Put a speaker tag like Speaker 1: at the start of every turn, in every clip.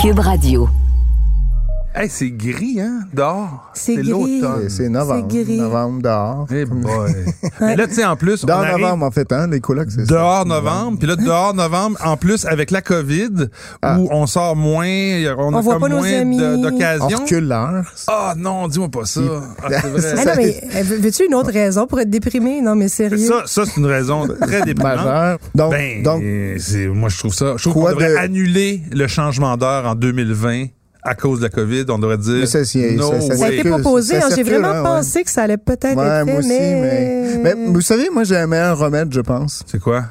Speaker 1: Cube Radio.
Speaker 2: Hey, c'est gris, hein, dehors.
Speaker 3: C'est gris.
Speaker 2: l'automne.
Speaker 4: Et C'est novembre.
Speaker 3: C'est gris.
Speaker 4: Novembre dehors.
Speaker 2: Eh boy. Mais là, tu sais, en plus, on
Speaker 4: Dans
Speaker 2: arrive
Speaker 4: novembre, en fait, hein, les colocs, c'est ça.
Speaker 2: dehors novembre, puis là, dehors novembre, en plus, avec la COVID,
Speaker 4: Ah.
Speaker 2: où on sort moins, on, a
Speaker 3: voit
Speaker 2: comme
Speaker 3: pas nos
Speaker 2: moins
Speaker 3: amis.
Speaker 2: de-
Speaker 4: On
Speaker 2: d'occasions.
Speaker 4: recule l'heure.
Speaker 2: Ah non, dis-moi pas ça. Ah, c'est vrai.
Speaker 3: Ah non, mais euh, veux- veux-tu une autre raison pour être déprimé? Non, mais sérieux.
Speaker 2: ça, ça c'est une raison très déprimante.
Speaker 4: Majeure. Donc,
Speaker 2: Ben,
Speaker 4: donc
Speaker 2: euh, c'est- moi, je trouve ça. Je trouve qu'on
Speaker 4: Quoi
Speaker 2: devrait
Speaker 4: de-
Speaker 2: annuler le changement d'heure en 2020 à cause de la COVID. On devrait dire.
Speaker 4: Mais ça, c'est-
Speaker 2: no
Speaker 4: ça- ça-
Speaker 3: Ça a
Speaker 2: way.
Speaker 3: été
Speaker 4: circule,
Speaker 3: proposé.
Speaker 4: ça
Speaker 3: hein. J'ai
Speaker 4: circule,
Speaker 3: vraiment
Speaker 4: hein, ouais.
Speaker 3: pensé que ça allait peut-être
Speaker 4: ouais,
Speaker 3: être fait,
Speaker 4: moi aussi, mais... mais vous savez, moi, j'ai un meilleur remède, je pense.
Speaker 2: C'est quoi?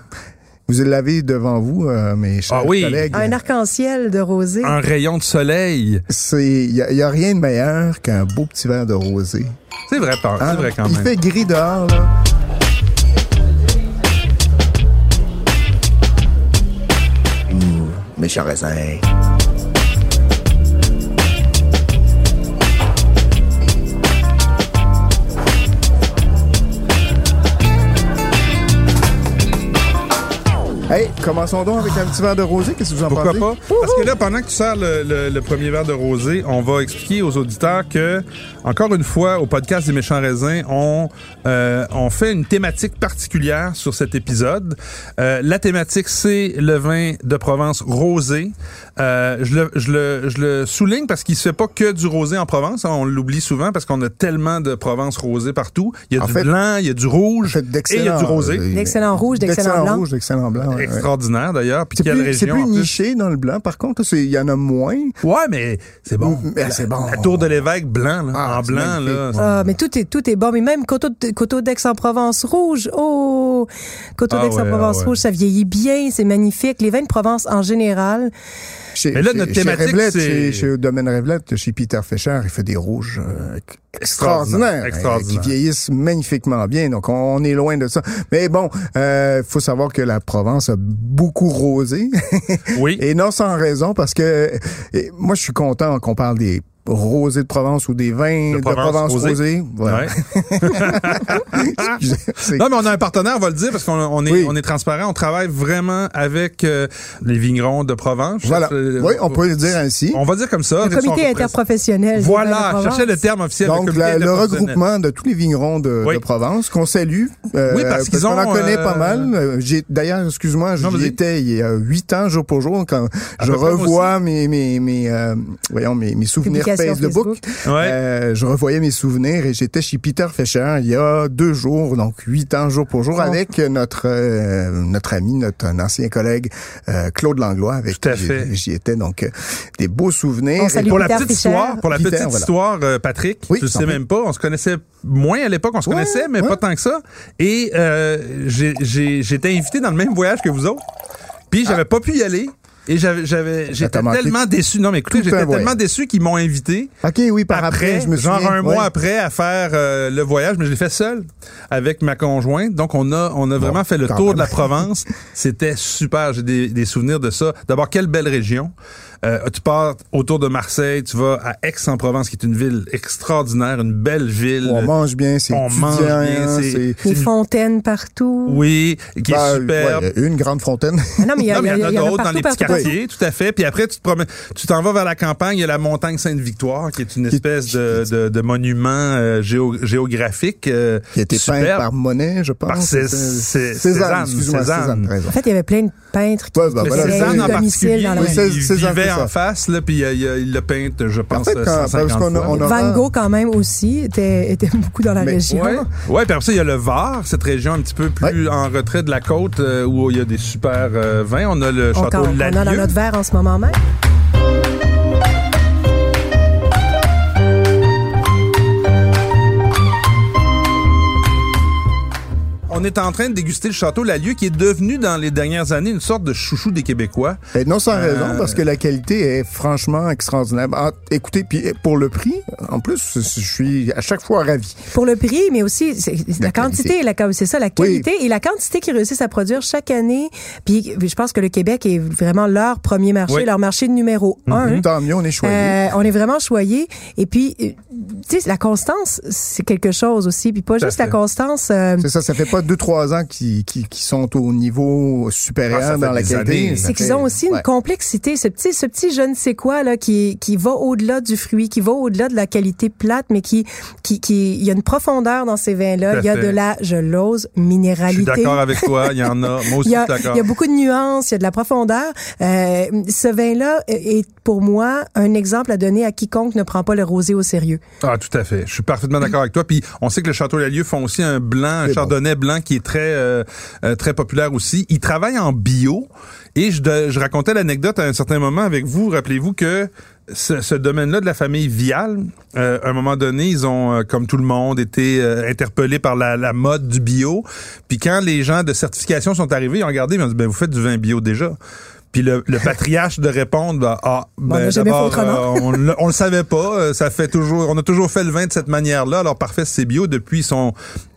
Speaker 4: Vous l'avez devant vous, euh, mes chers
Speaker 2: Ah oui.
Speaker 4: collègues.
Speaker 3: Un arc-en-ciel de rosée.
Speaker 2: Un rayon de soleil.
Speaker 4: C'est, il y, a- y a rien de meilleur qu'un beau petit verre de rosé.
Speaker 2: C'est vrai, par-
Speaker 4: Hein?
Speaker 2: c'est Ah, vrai quand
Speaker 4: Il
Speaker 2: même.
Speaker 4: fait gris dehors, là.
Speaker 5: Mmh, méchant raisin.
Speaker 4: Hey, commençons donc avec un petit verre de rosé. Qu'est-ce que vous en
Speaker 2: Pourquoi
Speaker 4: pensez?
Speaker 2: pas? Parce que là, pendant que tu sers le, le- le premier verre de rosé, on va expliquer aux auditeurs que, encore une fois, au podcast des méchants raisins, on, euh, on fait une thématique particulière sur cet épisode. Euh, la thématique, c'est le vin de Provence rosé. Euh, je, le, je, le, je le souligne parce qu'il ne se fait pas que du rosé en Provence. hein, on l'oublie souvent parce qu'on a tellement de Provence rosé partout. Il y a
Speaker 4: En
Speaker 2: du
Speaker 4: fait-
Speaker 2: blanc, il y a du rouge
Speaker 4: Fait
Speaker 2: et il y a du
Speaker 4: d'excellents,
Speaker 2: rosé.
Speaker 4: euh,
Speaker 3: D'excellent rouge, d'excellent blanc.
Speaker 4: rouge, d'excellent blanc. ouais, ouais.
Speaker 2: Extraordinaire d'ailleurs. Puis
Speaker 4: C'est
Speaker 2: quelle
Speaker 4: plus, c'est
Speaker 2: région
Speaker 4: plus
Speaker 2: en plus.
Speaker 4: niché dans le blanc. Par contre, c'est- il y en a moins.
Speaker 2: Ouais, mais c'est bon.
Speaker 4: Mm, mais
Speaker 2: Oh, La-
Speaker 4: c'est bon.
Speaker 2: La tour de l'évêque blanc, là,
Speaker 4: Ah,
Speaker 2: en
Speaker 4: c'est
Speaker 2: blanc, là.
Speaker 4: magnifique.
Speaker 3: Ah, mais tout est, tout est bon. Mais même Coteau, de- Coteau d'Aix-en-Provence rouge. Oh! Coteau
Speaker 2: Ah
Speaker 3: d'Aix-en-Provence
Speaker 2: ouais, ah ouais.
Speaker 3: rouge, ça vieillit bien, c'est magnifique. Les vins de Provence en général.
Speaker 2: Ah,
Speaker 4: Chez,
Speaker 2: Mais là,
Speaker 4: chez-
Speaker 2: notre
Speaker 4: chez
Speaker 2: thématique,
Speaker 4: Revlette,
Speaker 2: c'est-
Speaker 4: Chez, chez Domaine Revlette, chez Peter Fischer, il fait des rouges euh,
Speaker 2: Extraordinaire,
Speaker 4: extraordinaires. euh,
Speaker 2: extraordinaire.
Speaker 4: qui vieillissent magnifiquement bien. Donc, on, on est loin de ça. Mais bon, euh, faut savoir que la Provence a beaucoup rosé.
Speaker 2: Oui.
Speaker 4: Et non sans raison, parce que euh, et moi, je suis content qu'on parle des rosés de Provence ou des vins
Speaker 2: De
Speaker 4: de,
Speaker 2: Provence
Speaker 4: Provence
Speaker 2: rosés.
Speaker 4: rosés. Voilà.
Speaker 2: Ouais. Ah!
Speaker 4: C'est-
Speaker 2: Non, mais on a un partenaire, on va le dire, parce qu'on on est,
Speaker 4: Oui.
Speaker 2: on est transparent. On travaille vraiment avec euh, les vignerons de Provence.
Speaker 4: voilà.
Speaker 2: Euh,
Speaker 4: Oui, on peut le dire ainsi.
Speaker 2: On va dire comme ça.
Speaker 3: Le comité interprofessionnel. des vins de
Speaker 2: Voilà,
Speaker 3: Provence.
Speaker 2: cherchez le terme officiel.
Speaker 4: Donc,
Speaker 2: comité
Speaker 4: la- le
Speaker 2: interprofessionnel.
Speaker 4: regroupement de tous les vignerons de,
Speaker 2: Oui.
Speaker 4: de Provence qu'on salue. euh,
Speaker 2: Oui, parce qu'ils
Speaker 4: qu'on
Speaker 2: ont,
Speaker 4: en connaît pas
Speaker 2: euh,
Speaker 4: mal. Euh, J'ai D'ailleurs, excuse-moi,
Speaker 2: Non, vas-y.
Speaker 4: j'y étais il y a huit ans, jour pour jour, quand
Speaker 2: À
Speaker 4: je
Speaker 2: peu près, moi
Speaker 4: revois mes, mes, mes, euh, voyons, mes, mes souvenirs
Speaker 3: Publication
Speaker 4: Facebook.
Speaker 3: Facebook.
Speaker 2: Ouais.
Speaker 4: Euh, je revoyais mes souvenirs et j'étais chez Peter Fischer il y a deux jours, donc huit ans jour pour jour,
Speaker 3: Oh.
Speaker 4: avec notre euh, notre ami, notre un ancien collègue euh, Claude Langlois, avec
Speaker 2: Tout à
Speaker 4: qui
Speaker 2: fait.
Speaker 4: j'y- j'y étais. Donc, euh, des beaux souvenirs.
Speaker 3: On
Speaker 4: Et
Speaker 3: salue
Speaker 2: Pour la
Speaker 3: Peter
Speaker 2: petite
Speaker 3: Fischer.
Speaker 2: histoire, pour la
Speaker 4: Peter,
Speaker 2: petite
Speaker 4: voilà.
Speaker 2: histoire, euh, Patrick,
Speaker 4: Oui,
Speaker 2: tu le
Speaker 4: s'il
Speaker 2: sais
Speaker 4: te plaît.
Speaker 2: même pas, on se connaissait moins à l'époque, on se
Speaker 4: Ouais,
Speaker 2: connaissait, mais
Speaker 4: ouais.
Speaker 2: pas tant que ça. Et euh, j'ai- j'ai- j'étais invité dans le même voyage que vous autres, puis j'avais pas pu y aller. Et j'avais, j'avais, j'étais
Speaker 4: Ah. t'a manqué
Speaker 2: tellement déçu. Non, mais écoutez,
Speaker 4: tout un
Speaker 2: j'étais tellement
Speaker 4: voyage.
Speaker 2: déçu qu'ils m'ont invité.
Speaker 4: OK, oui, par après, je me
Speaker 2: genre
Speaker 4: souviens,
Speaker 2: un
Speaker 4: ouais.
Speaker 2: mois après, à faire euh, le voyage, mais je l'ai fait seul avec ma conjointe. Donc, on a, on a vraiment fait le
Speaker 4: quand
Speaker 2: tour
Speaker 4: même.
Speaker 2: de la Provence. C'était super. J'ai des, des souvenirs de ça. D'abord, quelle belle région. Euh, tu pars autour de Marseille, tu vas à Aix-en-Provence, qui est une ville extraordinaire, une belle ville.
Speaker 4: On mange bien, c'est
Speaker 2: Euh, On
Speaker 4: étudiant,
Speaker 2: mange bien,
Speaker 4: hein,
Speaker 2: c'est-
Speaker 4: c'est-
Speaker 3: Les fontaines partout.
Speaker 2: Oui, qui
Speaker 4: Ben,
Speaker 2: est superbe.
Speaker 4: ouais, une grande fontaine.
Speaker 3: Ah non, mais il y, a-
Speaker 2: Non, mais
Speaker 3: il y
Speaker 2: il y en a
Speaker 3: en a
Speaker 2: d'autres dans
Speaker 3: partout,
Speaker 2: les petits
Speaker 3: partout, partout.
Speaker 2: quartiers, tout à fait. Puis après, tu te promènes, tu t'en vas vers la campagne, il y a la montagne Sainte-Victoire, qui est une espèce de, de, de monument euh, géo- géographique. euh,
Speaker 4: qui a été
Speaker 2: superbe.
Speaker 4: peint par Monet, je pense.
Speaker 2: Par Cé- Cé- Cézanne,
Speaker 4: excuse-moi,
Speaker 2: Cézanne.
Speaker 4: Cézanne, t'as raison.
Speaker 3: En fait, il y avait plein de peintres qui
Speaker 4: Ouais,
Speaker 2: ben
Speaker 4: bah,
Speaker 3: qui
Speaker 4: voilà,
Speaker 3: faisaient
Speaker 4: Cézanne
Speaker 3: le
Speaker 4: en
Speaker 3: domicile dans la
Speaker 2: oui,
Speaker 4: oui,
Speaker 3: rue.
Speaker 4: Cé-
Speaker 2: il
Speaker 4: Cézanne,
Speaker 2: vivait
Speaker 4: c'est ça.
Speaker 2: en face, là, puis il, a- il a- il l'a peint, je pense,
Speaker 4: fait, quand- parce
Speaker 2: 150
Speaker 4: qu'on a-
Speaker 2: fois.
Speaker 4: on a-
Speaker 3: Van Gogh, quand même, aussi, était, était beaucoup dans la
Speaker 4: Mais-
Speaker 3: région.
Speaker 2: Ouais. ouais, puis après ça, il y a le Var, cette région un petit peu plus en retrait de la côte euh, où il y a des super euh, vins. On a le
Speaker 3: On,
Speaker 2: château
Speaker 3: on
Speaker 2: de
Speaker 3: a dans
Speaker 2: Lalieu.
Speaker 3: notre verre en ce moment même.
Speaker 2: On est en train de déguster le château Lalieu qui est devenu dans les dernières années une sorte de chouchou des Québécois.
Speaker 4: Et Ben, non sans
Speaker 2: Euh,
Speaker 4: raison, parce que la qualité est franchement extraordinaire. Ah, écoutez, puis pour le prix, en plus, je suis à chaque fois ravi.
Speaker 3: Pour le prix, mais aussi c'est- c'est la,
Speaker 4: La
Speaker 3: quantité,
Speaker 4: qualité.
Speaker 3: la ca- c'est ça, la qualité et la quantité qu'ils réussissent à produire chaque année. Puis je pense que le Québec est vraiment leur premier marché,
Speaker 2: Oui.
Speaker 3: leur marché numéro
Speaker 2: Ah
Speaker 3: un.
Speaker 4: Tant mieux, on est choyé.
Speaker 3: Euh, on est vraiment choyé. Et puis, euh, tu sais, la constance, c'est quelque chose aussi. Puis pas
Speaker 2: Tout à
Speaker 3: juste la
Speaker 2: fait.
Speaker 3: constance. euh,
Speaker 4: C'est ça, ça fait pas deux, trois ans qui, qui, qui sont au niveau supérieur
Speaker 2: Ah, ça fait
Speaker 4: dans la
Speaker 2: des
Speaker 4: qualité.
Speaker 2: années.
Speaker 4: Ça
Speaker 3: C'est qu'ils ont
Speaker 4: fait-
Speaker 3: aussi
Speaker 4: ouais.
Speaker 3: une complexité. Ce petit, ce petit je ne sais quoi là, qui, qui va au-delà du fruit, qui va au-delà de la qualité plate, mais qui, qui, qui, il y a une profondeur dans ces vins-là.
Speaker 2: Tout à
Speaker 3: Il y a
Speaker 2: fait.
Speaker 3: de la, je l'ose,
Speaker 2: Je suis
Speaker 3: minéralité.
Speaker 2: d'accord avec toi, il y en a. Moi aussi,
Speaker 3: Il y,
Speaker 2: je
Speaker 3: a,
Speaker 2: suis d'accord.
Speaker 3: il y a beaucoup de nuances, il y a de la profondeur. Euh, ce vin-là est pour moi un exemple à donner à quiconque ne prend pas le rosé au sérieux.
Speaker 2: Ah, tout à fait. Je suis parfaitement d'accord avec toi. Puis on sait que le Château Lalieu font aussi un blanc, un
Speaker 4: C'est
Speaker 2: chardonnay blanc qui est très euh, euh, très populaire aussi. Ils travaillent en bio et je, de- je racontais l'anecdote à un certain moment avec vous. Rappelez-vous que ce, ce domaine-là de la famille Vial, euh, à un moment donné, ils ont, euh, comme tout le monde, été euh, interpellés par la, la mode du bio. Puis quand les gens de certification sont arrivés, ils ont regardé, ils ont dit, ben vous faites du vin bio déjà. Puis le, le patriarche de répondre, ben, ah,
Speaker 3: Bon, on
Speaker 2: ben,
Speaker 3: a jamais fait
Speaker 2: d'abord,
Speaker 3: autrement.
Speaker 2: euh, on, le- on le savait pas. euh, Ça fait toujours, on a toujours fait le vin de cette manière-là. Alors parfait, c'est bio. Depuis, ils sont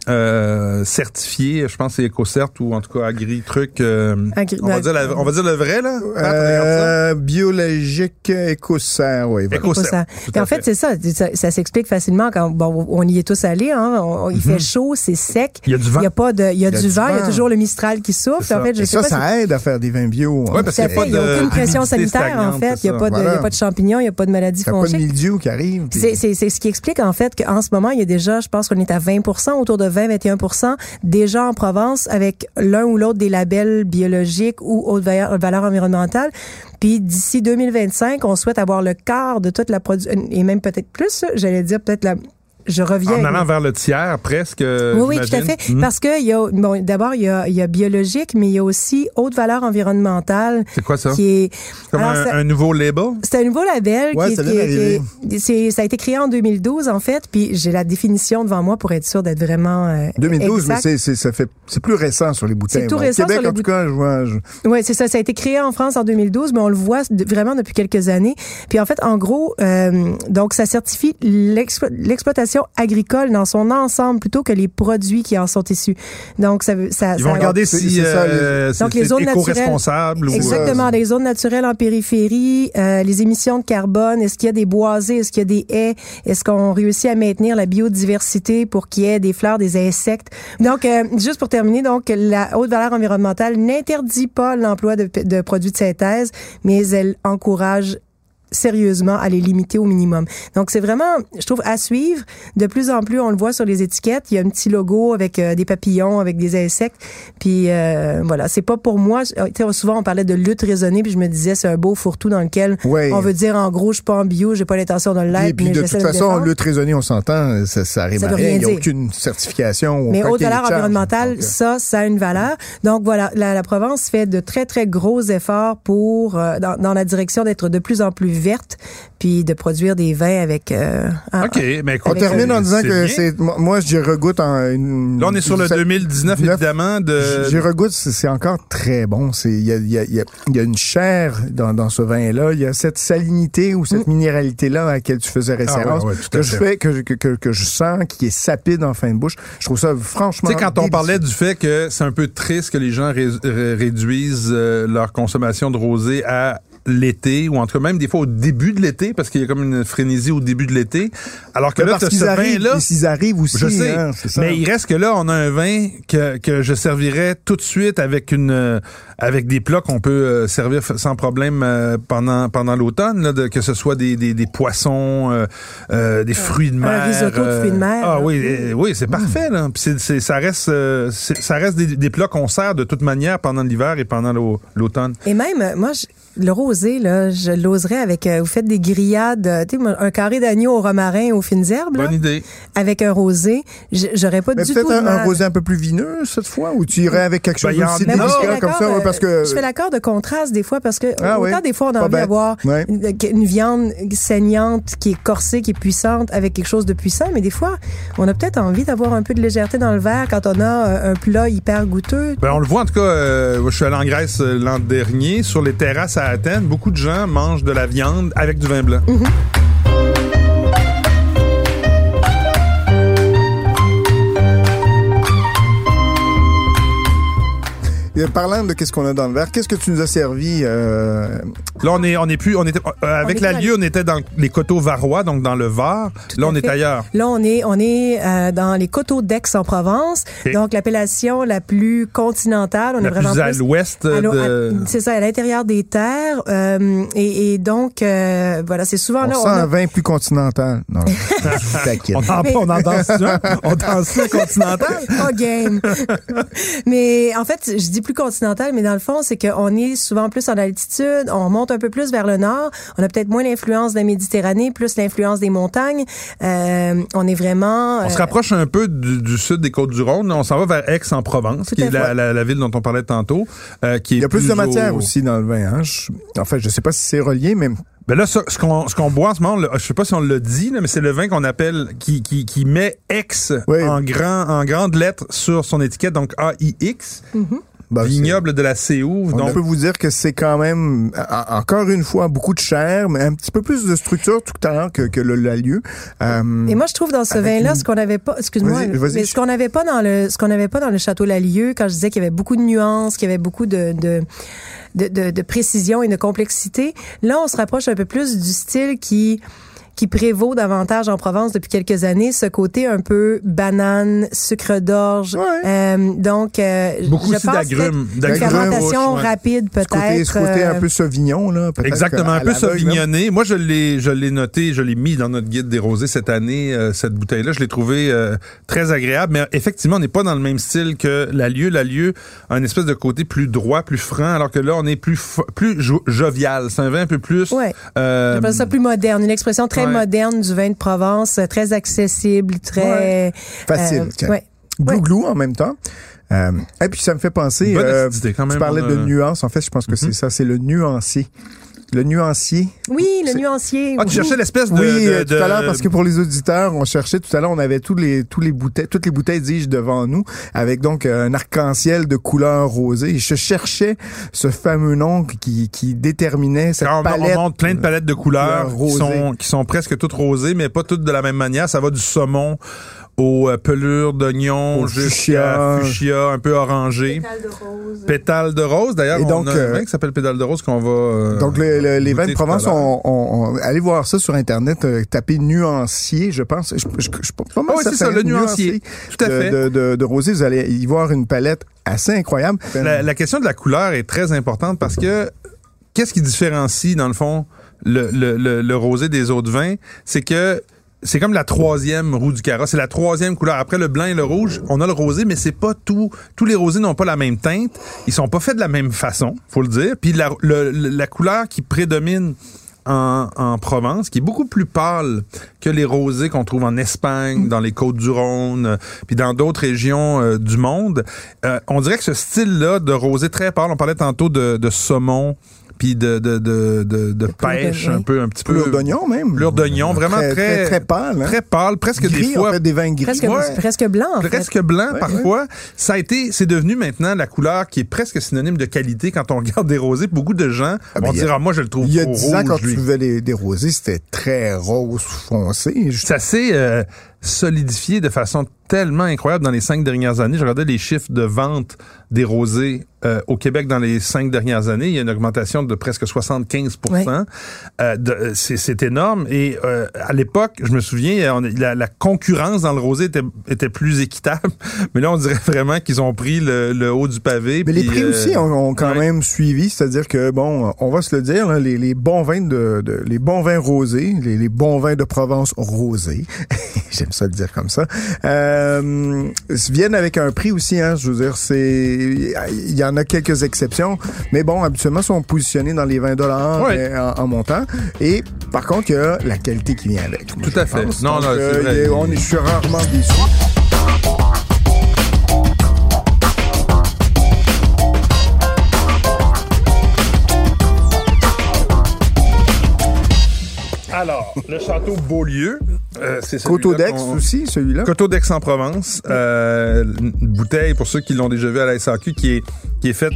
Speaker 2: euh, certifiés. Je pense que c'est EcoCert ou en tout cas Agri Truc. euh,
Speaker 3: Agri- ben,
Speaker 2: on, va dire la- on va dire le vrai là. Pat, regarde
Speaker 4: Euh, biologique écossaire, oui.
Speaker 2: ça.
Speaker 4: voilà.
Speaker 2: EcoCert.
Speaker 3: ça.
Speaker 2: Tout
Speaker 3: Et
Speaker 2: à
Speaker 3: en fait, c'est ça, ça. ça s'explique facilement quand bon, on y est tous allés. Hein, on- on- il fait chaud, c'est sec.
Speaker 2: Mhm. Il y a du vent.
Speaker 3: Il y a pas de, il y a, du, vent. Il y a toujours le Mistral qui souffle.
Speaker 2: C'est
Speaker 3: En fait, je
Speaker 4: Et
Speaker 3: sais
Speaker 4: ça,
Speaker 3: pas. si-
Speaker 4: ça aide à faire des vins bio. hein.
Speaker 2: Ouais, parce
Speaker 3: Tout
Speaker 2: qu'il n'y
Speaker 3: à
Speaker 2: a
Speaker 3: fait,
Speaker 2: pas
Speaker 3: il y a
Speaker 2: de
Speaker 3: aucune pression
Speaker 2: d'humidité
Speaker 3: sanitaire, en
Speaker 2: stagnante,
Speaker 3: fait.
Speaker 2: c'est
Speaker 3: Il n'y a,
Speaker 2: ça.
Speaker 3: pas de- il y a
Speaker 4: Voilà.
Speaker 3: pas de champignons, il n'y a pas de maladies
Speaker 4: T'as pas de
Speaker 3: fongiques.
Speaker 4: mildiou qui arrive. puis-
Speaker 3: C'est- C'est c'est ce qui explique en fait qu'en ce moment, il y a déjà, je pense qu'on est à 20 autour de 20-21 déjà en Provence avec l'un ou l'autre des labels biologiques ou haute valeur, valeur environnementale. Puis d'ici 2025, on souhaite avoir le quart de toute la production, et même peut-être plus, j'allais dire peut-être la... Je reviens.
Speaker 2: En allant euh, vers le tiers, presque.
Speaker 3: Oui, oui, tout à fait.
Speaker 2: Hum.
Speaker 3: Parce que il y a, bon, d'abord, il y a, il y a biologique, mais il y a aussi haute valeur environnementale
Speaker 2: C'est quoi ça?
Speaker 3: qui est...
Speaker 2: Comme
Speaker 3: Alors,
Speaker 2: un,
Speaker 3: ça-
Speaker 2: un nouveau label?
Speaker 3: c'est un nouveau label
Speaker 4: Ouais,
Speaker 3: qui,
Speaker 4: ça
Speaker 3: qui-
Speaker 4: vient
Speaker 3: qui-
Speaker 4: d'arriver.
Speaker 3: qui- c'est- ça a été créé en 2012 en fait, puis j'ai la définition devant moi pour être sûr d'être vraiment euh,
Speaker 4: 2012,
Speaker 3: exact.
Speaker 4: mais c'est- c'est ça fait c'est plus récent sur les bouteilles.
Speaker 3: C'est tout
Speaker 4: Au
Speaker 3: récent
Speaker 4: Québec,
Speaker 3: sur les
Speaker 4: en tout cas, je vois. je-
Speaker 3: Ouais, c'est ça, ça a été créé en France en 2012, mais on le voit de- vraiment depuis quelques années. Puis en fait, en gros, euh, donc ça certifie l'explo- l'exploitation agricole dans son ensemble plutôt que les produits qui en sont issus. Donc ça veut ça,
Speaker 2: Ils
Speaker 3: ça-
Speaker 2: vont regarder
Speaker 4: c'est-
Speaker 2: si
Speaker 4: c'est ça,
Speaker 2: euh,
Speaker 3: Donc,
Speaker 2: c'est
Speaker 3: les
Speaker 2: c'est
Speaker 3: zones
Speaker 2: éco-responsable ou... euh,
Speaker 3: Exactement, les zones naturelles en périphérie, euh, les émissions de carbone, est-ce qu'il y a des boisés, est-ce qu'il y a des haies, est-ce qu'on réussit à maintenir la biodiversité pour qu'il y ait des fleurs, des insectes. Donc, euh, juste pour terminer, donc la haute valeur environnementale n'interdit pas l'emploi de, de produits de synthèse, mais elle encourage sérieusement à les limiter au minimum. Donc c'est vraiment, je trouve, à suivre. De plus en plus, on le voit sur les étiquettes. Il y a un petit logo avec euh, des papillons, avec des insectes. Puis euh, voilà, c'est pas pour moi. Je- tu sais, Souvent, on parlait de lutte raisonnée, puis je me disais c'est un beau fourre-tout dans lequel
Speaker 4: Ouais.
Speaker 3: on veut dire en gros, je suis pas en bio, j'ai pas l'intention de l'être.
Speaker 4: Et puis,
Speaker 3: mais
Speaker 4: de
Speaker 3: j'essaie
Speaker 4: toute
Speaker 3: le
Speaker 4: façon,
Speaker 3: défendre.
Speaker 4: le raisonné, on s'entend, ça, ça arrive
Speaker 3: Ça
Speaker 4: à
Speaker 3: veut
Speaker 4: rien.
Speaker 3: rien
Speaker 4: Il n'y a
Speaker 3: dire.
Speaker 4: aucune certification.
Speaker 3: Mais
Speaker 4: aucun
Speaker 3: haute valeur
Speaker 4: charge.
Speaker 3: environnementale,
Speaker 4: Donc, euh,
Speaker 3: ça, ça a une valeur. Donc voilà, la, la Provence fait de très, très gros efforts pour, euh, dans, dans la direction d'être de plus en plus verte, puis de produire des vins avec... euh, un-
Speaker 2: OK, mais écoute,
Speaker 4: On termine en disant que
Speaker 2: bien.
Speaker 4: c'est. Moi, moi, je regoute en. Une,
Speaker 2: Là, on est sur le
Speaker 4: ça-
Speaker 2: 2019,
Speaker 4: neuf-
Speaker 2: évidemment, de...
Speaker 4: J'y regoute, c'est c'est encore très bon. C'est- Il y a, il y a- il y a- il y a une chair dans, dans ce vin-là. Il y à cette salinité ou cette minéralité-là à laquelle tu faisais référence
Speaker 2: Mm. Ah ouais, ouais, tout à
Speaker 4: que je
Speaker 2: fait.
Speaker 4: fais, que je, que, que- que je sens, qui est sapide en fin de bouche. Je trouve ça franchement.
Speaker 2: Tu sais, quand on
Speaker 4: délicieux.
Speaker 2: parlait du fait que c'est un peu triste que les gens ré- ré- réduisent euh, leur consommation de rosé à l'été, ou en tout cas même des fois au début de l'été, parce qu'il y a comme une frénésie au début de l'été, alors que
Speaker 4: Mais
Speaker 2: là,
Speaker 4: Ben, parce
Speaker 2: t'as ce
Speaker 4: qu'ils arrivent,
Speaker 2: vin-là...
Speaker 4: ils arrivent aussi.
Speaker 2: Je sais,
Speaker 4: hein, c'est ça.
Speaker 2: mais il reste que là, on a un vin que, que je servirais tout de suite avec une euh, avec des plats qu'on peut euh, servir f- sans problème euh, pendant pendant l'automne, là, de- que ce soit des, des, des poissons, euh, euh, des fruits de mer.
Speaker 3: risotto de fruits de mer,
Speaker 2: Ah
Speaker 3: là. Mm.
Speaker 2: oui, euh, oui, c'est parfait. Là. Puis c'est- c'est- ça reste euh, c'est- ça reste des, des plats qu'on sert de toute manière pendant l'hiver et pendant l'au- l'automne.
Speaker 3: Et même, euh, moi, je- le rosé, là, je l'oserais avec... euh, vous faites des grillades, euh, tu sais, moi, un carré d'agneau au romarin aux fines herbes, là,
Speaker 2: Bonne idée.
Speaker 3: avec un rosé. J- J'aurais pas
Speaker 4: Mais
Speaker 3: du tout hein.
Speaker 4: peut-être
Speaker 3: de
Speaker 4: un, un
Speaker 3: mal.
Speaker 4: rosé un peu plus vineux cette fois, ou tu irais avec quelque
Speaker 2: Ben,
Speaker 4: chose
Speaker 2: il y en
Speaker 4: aussi
Speaker 2: a.
Speaker 3: Mais moi, je fais
Speaker 4: délicat comme
Speaker 3: l'accord,
Speaker 4: ça, ouais,
Speaker 3: euh,
Speaker 4: parce que
Speaker 3: Je fais l'accord de contraste des fois parce que
Speaker 4: Ah
Speaker 3: autant
Speaker 4: oui.
Speaker 3: des fois on a
Speaker 4: Pas
Speaker 3: envie
Speaker 4: bête.
Speaker 3: d'avoir
Speaker 4: Ouais.
Speaker 3: une, euh, une viande saignante qui est corsée, qui est puissante avec quelque chose de puissant, mais des fois on a peut-être envie d'avoir un peu de légèreté dans le verre quand on a euh, un plat hyper goûteux.
Speaker 2: Ben, on le voit en tout cas, euh, je suis allé en Grèce euh, l'an dernier, sur les terrasses à Athènes, beaucoup de gens mangent de la viande avec du vin blanc.
Speaker 4: Et euh, parlant de qu'est-ce qu'on a dans le verre, qu'est-ce que tu nous as servi euh,
Speaker 2: Là, on est, on est plus, on était, euh, avec
Speaker 3: est
Speaker 2: la
Speaker 3: dans
Speaker 2: lieu, on était dans les coteaux varois, donc dans le Var. Là, on
Speaker 3: à
Speaker 2: est
Speaker 3: fait.
Speaker 2: ailleurs.
Speaker 3: Là, on est, on est euh, dans les coteaux d'Aix en Provence.
Speaker 2: Ok.
Speaker 3: Donc, l'appellation la plus continentale. On
Speaker 2: La
Speaker 3: est vraiment
Speaker 2: plus à l'ouest
Speaker 3: à l'o-
Speaker 2: de.
Speaker 3: à- C'est ça, à l'intérieur des terres. euh, et, et donc, euh, voilà, c'est souvent
Speaker 4: On
Speaker 3: là.
Speaker 4: sent
Speaker 3: on a-
Speaker 4: un vin plus continental. Non, je vous taquine.
Speaker 2: On en,
Speaker 3: Mais-
Speaker 2: on en danse un, on danse un continental.
Speaker 3: Pas game. mais en fait, je dis plus continental, mais dans le fond, c'est qu'on est souvent plus en altitude, on monte un peu plus vers le nord, on a peut-être moins l'influence de la Méditerranée, plus l'influence des montagnes. Euh, on est vraiment.
Speaker 2: On se
Speaker 3: euh,
Speaker 2: rapproche un peu du, du sud des Côtes-du-Rhône. On s'en va vers Aix-en-Provence,
Speaker 3: Tout
Speaker 2: qui
Speaker 3: à
Speaker 2: est la,
Speaker 3: fait.
Speaker 2: la- la ville dont on parlait tantôt. euh, qui est
Speaker 4: Il y a plus de
Speaker 2: au-
Speaker 4: matière aussi dans le vin. Hein? Je- En fait, je sais pas si c'est relié, mais
Speaker 2: Ben là, ça, ce qu'on ce qu'on boit en ce moment, le- je sais pas si on le dit, là, mais c'est le vin qu'on appelle qui, qui, qui met X
Speaker 4: Oui.
Speaker 2: en grand en grande lettre sur son étiquette, donc AIX,
Speaker 4: bah, c'est-
Speaker 2: vignoble de la Céouve.
Speaker 4: on
Speaker 2: Donc,
Speaker 4: peut vous dire que c'est quand même, en- encore une fois, beaucoup de chair, mais un petit peu plus de structure tout à l'heure que, que le la lieu. Euh,
Speaker 3: Et moi, je trouve dans ce
Speaker 4: Avec
Speaker 3: vin-là,
Speaker 4: une-
Speaker 3: ce qu'on n'avait pas, excuse-moi,
Speaker 4: Vas-y, vas-y.
Speaker 3: mais ce qu'on n'avait pas dans le, ce qu'on n'avait pas dans le château Lalieu, quand je disais qu'il y avait beaucoup de nuances, qu'il y avait beaucoup de, de, de, de- de précision et de complexité, là, on se rapproche un peu plus du style qui, qui prévaut davantage en Provence depuis quelques années, ce côté un peu banane, sucre d'orge,
Speaker 4: Ouais.
Speaker 3: euh, donc euh,
Speaker 2: Beaucoup
Speaker 3: je
Speaker 2: aussi
Speaker 3: pense
Speaker 2: d'agrumes,
Speaker 3: peut-être une
Speaker 2: d'agrumes
Speaker 3: fermentation
Speaker 2: rouges, ouais.
Speaker 3: rapide
Speaker 4: ce côté, ce
Speaker 3: peut-être,
Speaker 4: côté un
Speaker 3: euh,
Speaker 4: peu sauvignon, là. peut-être
Speaker 2: Exactement,
Speaker 4: à
Speaker 2: un peu
Speaker 4: l'aveugle, même.
Speaker 2: sauvignonné. Moi, je l'ai, je l'ai noté, je l'ai mis dans notre guide des rosés cette année, euh, cette bouteille-là. Je l'ai trouvé euh, très agréable, mais effectivement, on n'est pas dans le même style que la lieu. La lieu a une espèce de côté plus droit, plus franc, alors que là, on est plus fo- plus jo- jovial. C'est un vin un peu plus.
Speaker 3: Ouais.
Speaker 2: euh,
Speaker 3: J'appelle ça plus moderne, une expression très
Speaker 2: Ouais.
Speaker 3: moderne du vin de Provence, euh, très accessible, très
Speaker 4: hein. Facile, tiens.
Speaker 3: Euh, ouais.
Speaker 4: Glou-glou en même temps. Euh, et puis ça me fait penser.
Speaker 2: Une bonne
Speaker 4: euh,
Speaker 2: acidité, quand même,
Speaker 4: tu parlais
Speaker 2: on a- Mhm.
Speaker 4: de nuance. En fait, je pense que c'est ça. C'est le nuancier. Le nuancier.
Speaker 3: Oui, le nuancier.
Speaker 2: Ah, tu
Speaker 3: oui.
Speaker 2: cherchais l'espèce de.
Speaker 4: oui,
Speaker 2: de-
Speaker 4: euh, tout
Speaker 2: de-
Speaker 4: à l'heure, parce que pour les auditeurs, on cherchait tout à l'heure, on avait tous les, tous les bouteilles, toutes les bouteilles, dis-je, devant nous, avec donc euh, un arc-en-ciel de couleur rosée. Et je cherchais ce fameux nom qui, qui déterminait cette
Speaker 2: Quand on-
Speaker 4: palette. euh,
Speaker 2: on montre plein de palettes de couleurs
Speaker 4: Couleurs
Speaker 2: qui
Speaker 4: rosées.
Speaker 2: sont, qui sont presque toutes rosées, mais pas toutes de la même manière. Ça va du saumon aux euh, pelures d'oignons
Speaker 4: Au
Speaker 2: jusqu'à
Speaker 4: fuchsia.
Speaker 2: fuchsia, un peu orangé. Pétale de rose, d'ailleurs.
Speaker 4: Et
Speaker 2: on
Speaker 4: donc,
Speaker 2: a un
Speaker 4: euh,
Speaker 2: vin qui s'appelle Pétale de rose qu'on va. euh,
Speaker 4: Donc le- le- les vins
Speaker 2: goûter
Speaker 4: de
Speaker 2: tout à
Speaker 4: Provence,
Speaker 2: l'heure.
Speaker 4: on, on- on- allez voir ça sur internet, euh, tapez nuancier, je pense. Je, je, je, je suis pas mal
Speaker 2: Ah oui, c'est
Speaker 4: certain,
Speaker 2: ça, le nuancier. Tout à
Speaker 4: de-
Speaker 2: fait.
Speaker 4: De, de- de rosé, vous allez y voir une palette assez incroyable.
Speaker 2: La, la question de la couleur est très importante parce que qu'est-ce qui différencie, dans le fond, le, le- le- le rosé des autres vins? C'est que c'est comme la troisième roue du carrosse. C'est la troisième couleur. Après le blanc et le rouge, on a le rosé, mais c'est pas tout. Tous les rosés n'ont pas la même teinte. Ils sont pas faits de la même façon, faut le dire. Puis la, le- le- la couleur qui prédomine en, en Provence, qui est beaucoup plus pâle que les rosés qu'on trouve en Espagne, dans les Côtes-du-Rhône, euh, puis dans d'autres régions euh, du monde. Euh, on dirait que ce style-là de rosé très pâle, on parlait tantôt de, de saumon, puis de, de, de, de, de pêche,
Speaker 3: d'oignon.
Speaker 2: un peu, un petit peu.
Speaker 4: L'heure d'oignon même.
Speaker 2: L'heure d'oignon, vraiment très,
Speaker 4: Très- très- très pâle, hein.
Speaker 2: Très pâle, presque des
Speaker 4: Gris,
Speaker 2: fois
Speaker 4: en fait, des vins gris.
Speaker 3: Presque,
Speaker 2: Ouais.
Speaker 3: presque blanc. en fait.
Speaker 2: presque blanc parfois. Ça a été, c'est devenu maintenant la couleur qui est presque synonyme de qualité quand on regarde des rosés. Beaucoup de gens
Speaker 4: mais
Speaker 2: vont
Speaker 4: ben, il y a-
Speaker 2: dire ah, moi je le trouve
Speaker 4: Il y a
Speaker 2: trop
Speaker 4: 10 ans,
Speaker 2: rouge,
Speaker 4: quand
Speaker 2: lui.
Speaker 4: tu buvais des, des rosés, c'était très rose foncé. Je-
Speaker 2: Ça s'est euh, solidifié de façon tellement incroyable dans les cinq dernières années. Je regardais les chiffres de vente des rosés euh, au Québec dans les cinq dernières années. Il y a une augmentation de presque 75
Speaker 3: Ouais.
Speaker 2: Euh, de- euh, c'est, c'est énorme. Et euh, à l'époque, je me souviens, euh, on- la, la concurrence dans le rosé était, était plus équitable. Mais là, on dirait vraiment qu'ils ont pris le, le haut du pavé.
Speaker 4: Mais Eh ben, les
Speaker 2: puis,
Speaker 4: prix
Speaker 2: euh,
Speaker 4: aussi ont, ont quand
Speaker 2: ouais.
Speaker 4: même suivi, c'est-à-dire que bon, on va se le dire, là, les, les bons vins de, de- les bons vins rosés, les, les bons vins de Provence rosés, j'aime ça le dire comme ça, euh, viennent avec un prix aussi. Hein, je veux dire, c'est il y en a quelques exceptions, mais bon, habituellement sont positionnés dans les 20 dollars
Speaker 2: Ouais.
Speaker 4: en, en montant. Et par contre, il y a la qualité qui vient avec.
Speaker 2: Tout à fait. Non, non, c'est vrai.
Speaker 4: euh, il y a- on est, je suis rarement déçu.
Speaker 2: Alors, le château Beaulieu, Euh, c'est celui-là
Speaker 4: Cotodex
Speaker 2: qu'on-
Speaker 4: aussi, celui-là.
Speaker 2: Coteau d'Aix-en-Provence, euh, une bouteille pour ceux qui l'ont déjà vu à la SAQ qui est qui est faite.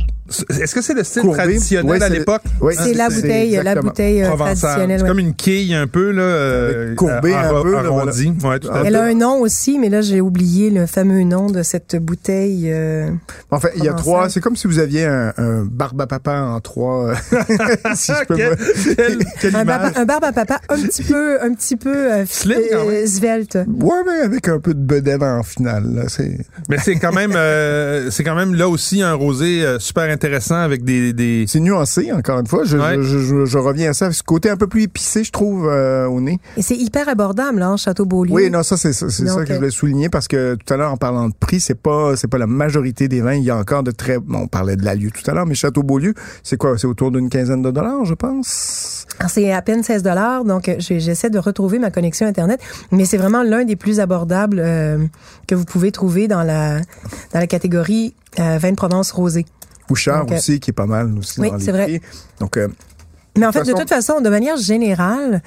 Speaker 2: Est-ce que c'est le style
Speaker 4: Courbé.
Speaker 2: traditionnel
Speaker 4: Ouais,
Speaker 2: à
Speaker 4: c'est-
Speaker 2: l'époque
Speaker 4: oui,
Speaker 2: Hein,
Speaker 3: C'est la
Speaker 4: c'est-
Speaker 3: bouteille, la
Speaker 4: exactement.
Speaker 3: bouteille euh,
Speaker 2: provençale?
Speaker 3: traditionnelle.
Speaker 2: C'est
Speaker 3: ouais.
Speaker 2: comme une quille un peu là, euh,
Speaker 4: Avec courbée un
Speaker 2: arro-
Speaker 4: peu, là,
Speaker 2: arrondie. Ouais, tout à fait.
Speaker 3: Elle a un nom aussi, mais là, j'ai oublié le fameux nom de cette bouteille. euh,
Speaker 4: En fait, il y a
Speaker 3: Provençal.
Speaker 4: trois. C'est comme si vous aviez un, un barbe à papa en trois. euh, si je peux
Speaker 2: Quelle-
Speaker 4: me-
Speaker 2: quelle- quelle
Speaker 3: un,
Speaker 2: image.
Speaker 3: barbe, un barbe à papa un petit peu, un petit peu euh,
Speaker 2: Slim, quand même.
Speaker 3: euh, svelte.
Speaker 4: Ouais, mais avec un peu de bedaine en finale. là, C'est
Speaker 2: Mais c'est quand même euh, c'est quand même là aussi un rosé euh, super intéressant avec des, des
Speaker 4: c'est nuancé, encore une fois. Je,
Speaker 2: Ouais.
Speaker 4: je, je- je reviens à ça. Ce côté un peu plus épicé, je trouve, euh, au nez.
Speaker 3: Et c'est hyper abordable, là, en Château-Beaulieu.
Speaker 4: Oui, non, ça c'est ça, c'est
Speaker 3: Non,
Speaker 4: ça
Speaker 3: ok.
Speaker 4: que je voulais souligner parce que tout à l'heure en parlant de prix, c'est pas c'est pas la majorité des vins. Il y a encore de très bon, on parlait de la lieu tout à l'heure, mais Château Beaulieu, c'est quoi C'est autour d'une quinzaine de dollars, je pense.
Speaker 3: Alors, C'est à peine 16 dollars, donc euh, j'ai- j'essaie de retrouver ma connexion internet, mais c'est vraiment l'un des plus abordables euh, que vous pouvez trouver dans la dans la catégorie euh, vin de Provence rosé.
Speaker 4: Bouchard
Speaker 3: Donc, euh,
Speaker 4: aussi qui est pas mal aussi
Speaker 3: oui,
Speaker 4: dans les
Speaker 3: c'est vrai.
Speaker 4: prix. Donc euh,
Speaker 3: Mais en fait, de,
Speaker 4: façon-
Speaker 3: toute façon, de manière générale,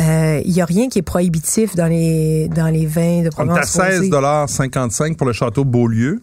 Speaker 3: euh, il y a rien qui est prohibitif dans les dans les vins de
Speaker 2: on est à
Speaker 3: Provence rosé.
Speaker 2: 16,55 pour le château Beaulieu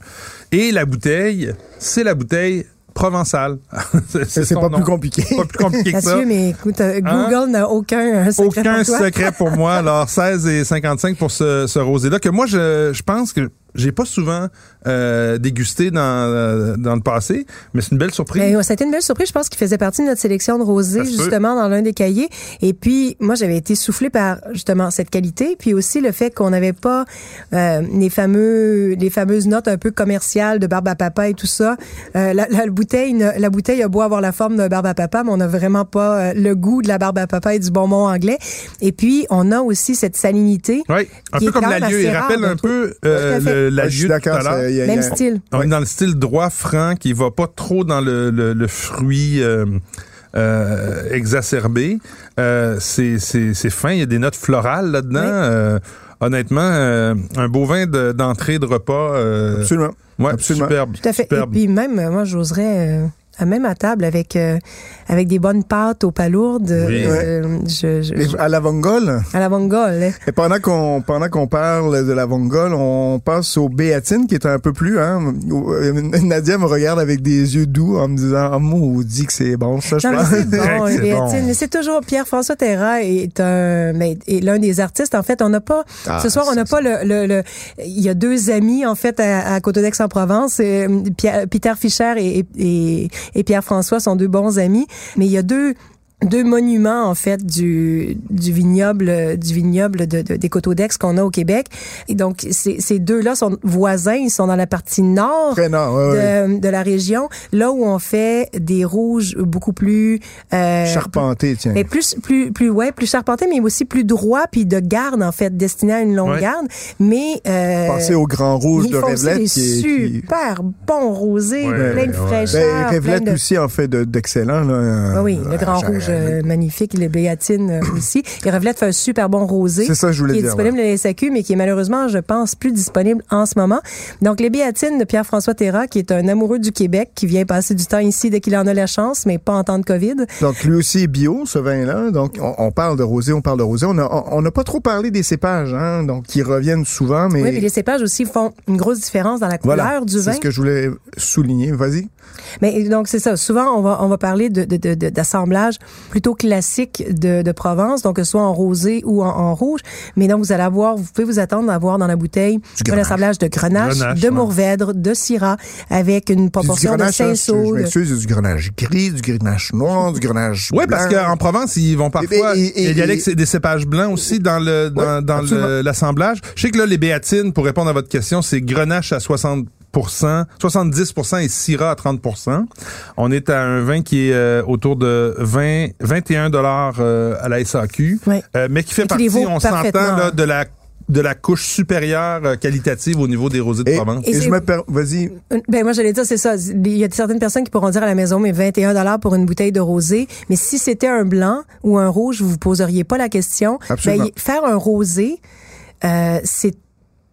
Speaker 2: et la bouteille, c'est la bouteille provençale.
Speaker 4: c'est
Speaker 2: son
Speaker 4: pas
Speaker 2: nom.
Speaker 4: plus compliqué.
Speaker 2: Pas plus compliqué que ça.
Speaker 3: Mathieu, mais écoute, euh,
Speaker 2: Hein?
Speaker 3: Google n'a aucun euh, secret
Speaker 2: Aucun
Speaker 3: pour toi.
Speaker 2: secret pour moi. Alors 16 et 55 pour ce, ce rosé-là que moi je, je pense que j'ai pas souvent euh, dégusté dans, euh, dans le passé, mais c'est une belle surprise.
Speaker 3: Ben, ça a été une belle surprise. Je pense qu'il faisait partie de notre sélection de rosé,
Speaker 2: Ça se peut.
Speaker 3: justement, dans l'un des cahiers. Et puis, moi, j'avais été soufflée par, justement, cette qualité. Puis aussi le fait qu'on n'avait pas euh, les, fameux, les fameuses notes un peu commerciales de barbe à papa et tout ça. Euh, la, la bouteille, ne- la bouteille a beau avoir la forme d'un barbe à papa, mais on n'a vraiment pas euh, le goût de la barbe à papa et du bonbon anglais. Et puis, on a aussi cette salinité.
Speaker 2: Oui, un
Speaker 3: qui
Speaker 2: peu
Speaker 3: est
Speaker 2: comme
Speaker 3: quand
Speaker 2: la
Speaker 3: même
Speaker 2: lieu.
Speaker 3: assez
Speaker 2: Il
Speaker 3: rare
Speaker 2: rappelle
Speaker 3: de
Speaker 2: un
Speaker 3: trouver.
Speaker 2: peu euh,
Speaker 3: Tout à fait.
Speaker 2: le- la
Speaker 4: Ouais, Ah, je suis
Speaker 2: lieu de tout
Speaker 4: d'accord,
Speaker 2: à l'heure.
Speaker 4: ça, il y a- il y a-
Speaker 3: Même style.
Speaker 2: On est dans le style droit franc qui va pas trop dans le, le- le fruit euh, euh, exacerbé. Euh, c'est, c'est- c'est fin, il y a des notes florales là-dedans.
Speaker 3: Oui.
Speaker 2: Euh, honnêtement, euh, un beau vin de- d'entrée de repas. euh,
Speaker 4: Absolument.
Speaker 2: ouais,
Speaker 4: absolument.
Speaker 2: Superbe.
Speaker 3: Tout à fait.
Speaker 2: superbe.
Speaker 3: Et puis même, euh, moi, j'oserais, euh, à même à table, avec, euh, avec des bonnes pâtes aux palourdes,
Speaker 2: Oui.
Speaker 3: euh, je- je-
Speaker 4: Les- à la Vongole.
Speaker 3: À la hein. Mongole.
Speaker 4: Et pendant qu'on pendant qu'on parle de la Vongole, on passe au Béatine qui est un peu plus hein. où- euh, Nadia me regarde avec des yeux doux en me disant ah maudit que c'est bon ça je
Speaker 3: Non, mais
Speaker 4: pense.
Speaker 3: c'est bon,
Speaker 2: C'est
Speaker 3: les
Speaker 2: bon.
Speaker 3: Béatines. Mais C'est toujours Pierre-François Terra est un, mais- est l'un des artistes. En fait, on n'a pas,
Speaker 4: Ah,
Speaker 3: ce soir, on n'a pas le, le, le- il y a deux amis, en fait, à, à Côte-d'Aix-en-Provence. Euh, Pierre- Peter Fischer et, et- et, et Pierre-François sont deux bons amis. Mais il y a deux, deux monuments en fait du du vignoble euh, du vignoble de, de- des coteaux d'Aix qu'on a au Québec et donc ces, ces deux-là sont voisins ils sont dans la partie nord
Speaker 4: Très non, ouais, ouais.
Speaker 3: de, de la région, là où on fait des rouges beaucoup plus euh,
Speaker 4: charpenté tiens.
Speaker 3: mais plus plus plus ouais, plus charpenté mais aussi plus droit puis de garde en fait destiné à une longue
Speaker 2: Ouais.
Speaker 3: garde, mais euh,
Speaker 4: Pensez au Grand Rouge
Speaker 3: ils
Speaker 4: de
Speaker 3: font aussi
Speaker 4: Revlette
Speaker 3: des
Speaker 4: qui est qui-
Speaker 3: super bons rosés,
Speaker 2: Ouais,
Speaker 3: plein de
Speaker 2: ouais.
Speaker 3: fraîcheur,
Speaker 4: Ben,
Speaker 3: plein
Speaker 4: Revlette
Speaker 3: de
Speaker 4: aussi hein. en fait de- d'excellent là.
Speaker 3: Ah oui, le Grand
Speaker 4: j'ai-
Speaker 3: Rouge euh, magnifique, les Béatines euh, aussi. Et Revlette fait un super bon rosé.
Speaker 4: C'est ça que je voulais
Speaker 3: qui est
Speaker 4: dire,
Speaker 3: disponible à la SAQ, mais qui est malheureusement, je pense, plus disponible en ce moment. Donc, les Béatines de Pierre-François Terra, qui est un amoureux du Québec, qui vient passer du temps ici dès qu'il en a la chance, mais pas en temps de COVID.
Speaker 4: Donc lui aussi est bio ce vin là. Donc on, on parle de rosé, on parle de rosé. On a on- on n'a pas trop parlé des cépages hein. Donc qui reviennent souvent mais
Speaker 3: Oui, mais les cépages aussi font une grosse différence dans la couleur
Speaker 4: voilà.
Speaker 3: du
Speaker 4: C'est
Speaker 3: vin.
Speaker 4: ce que je voulais souligner. Vas-y.
Speaker 3: Mais donc c'est ça. Souvent on va on va parler de de- de- de- d'assemblage plutôt classique de, de Provence, donc que ce soit en rosé ou en, en rouge. Mais donc vous allez avoir, vous pouvez vous attendre à avoir dans la bouteille un
Speaker 4: grenache.
Speaker 3: assemblage de grenache,
Speaker 2: Grenache,
Speaker 3: de
Speaker 2: ouais.
Speaker 3: mourvèdre, de syrah, avec une
Speaker 4: Puis du
Speaker 3: proportion de
Speaker 4: grenage, hein, je,
Speaker 3: cinceau.
Speaker 4: je
Speaker 3: de-
Speaker 4: m'excuse, il y a du grenage gris, du grenage noir, du grenage
Speaker 2: Oui,
Speaker 4: blanc.
Speaker 2: parce qu'en Provence, ils vont
Speaker 3: Eh ben,
Speaker 2: parfois.
Speaker 4: Et- et- et-
Speaker 2: il y a l'ex- des cépages blancs aussi dans le dans,
Speaker 4: Ouais,
Speaker 2: dans le-
Speaker 4: absolument.
Speaker 2: l'assemblage. Je sais que là, les béatines, pour répondre à votre question, c'est grenache à 60 70 et Syrah à 30 On est à un vin qui est euh, autour de 20, 21 dollars euh, à la SAQ,
Speaker 3: Ouais.
Speaker 2: euh, mais qui fait
Speaker 3: Et qui les
Speaker 2: partie,
Speaker 3: vaut
Speaker 2: on
Speaker 3: parfaitement,
Speaker 2: s'entend,
Speaker 3: hein.
Speaker 2: là, de la de la couche supérieure euh, qualitative au niveau des rosés de
Speaker 4: Et,
Speaker 2: Provence.
Speaker 4: et
Speaker 3: Et c'est-
Speaker 4: je me per... Vas-y.
Speaker 3: Ben moi j'allais dire c'est ça. Il y a certaines personnes qui pourront dire à la maison mais 21 dollars pour une bouteille de rosé. Mais si c'était un blanc ou un rouge, vous vous poseriez pas la question.
Speaker 4: Absolument.
Speaker 3: Ben, y- faire un rosé, euh, c'est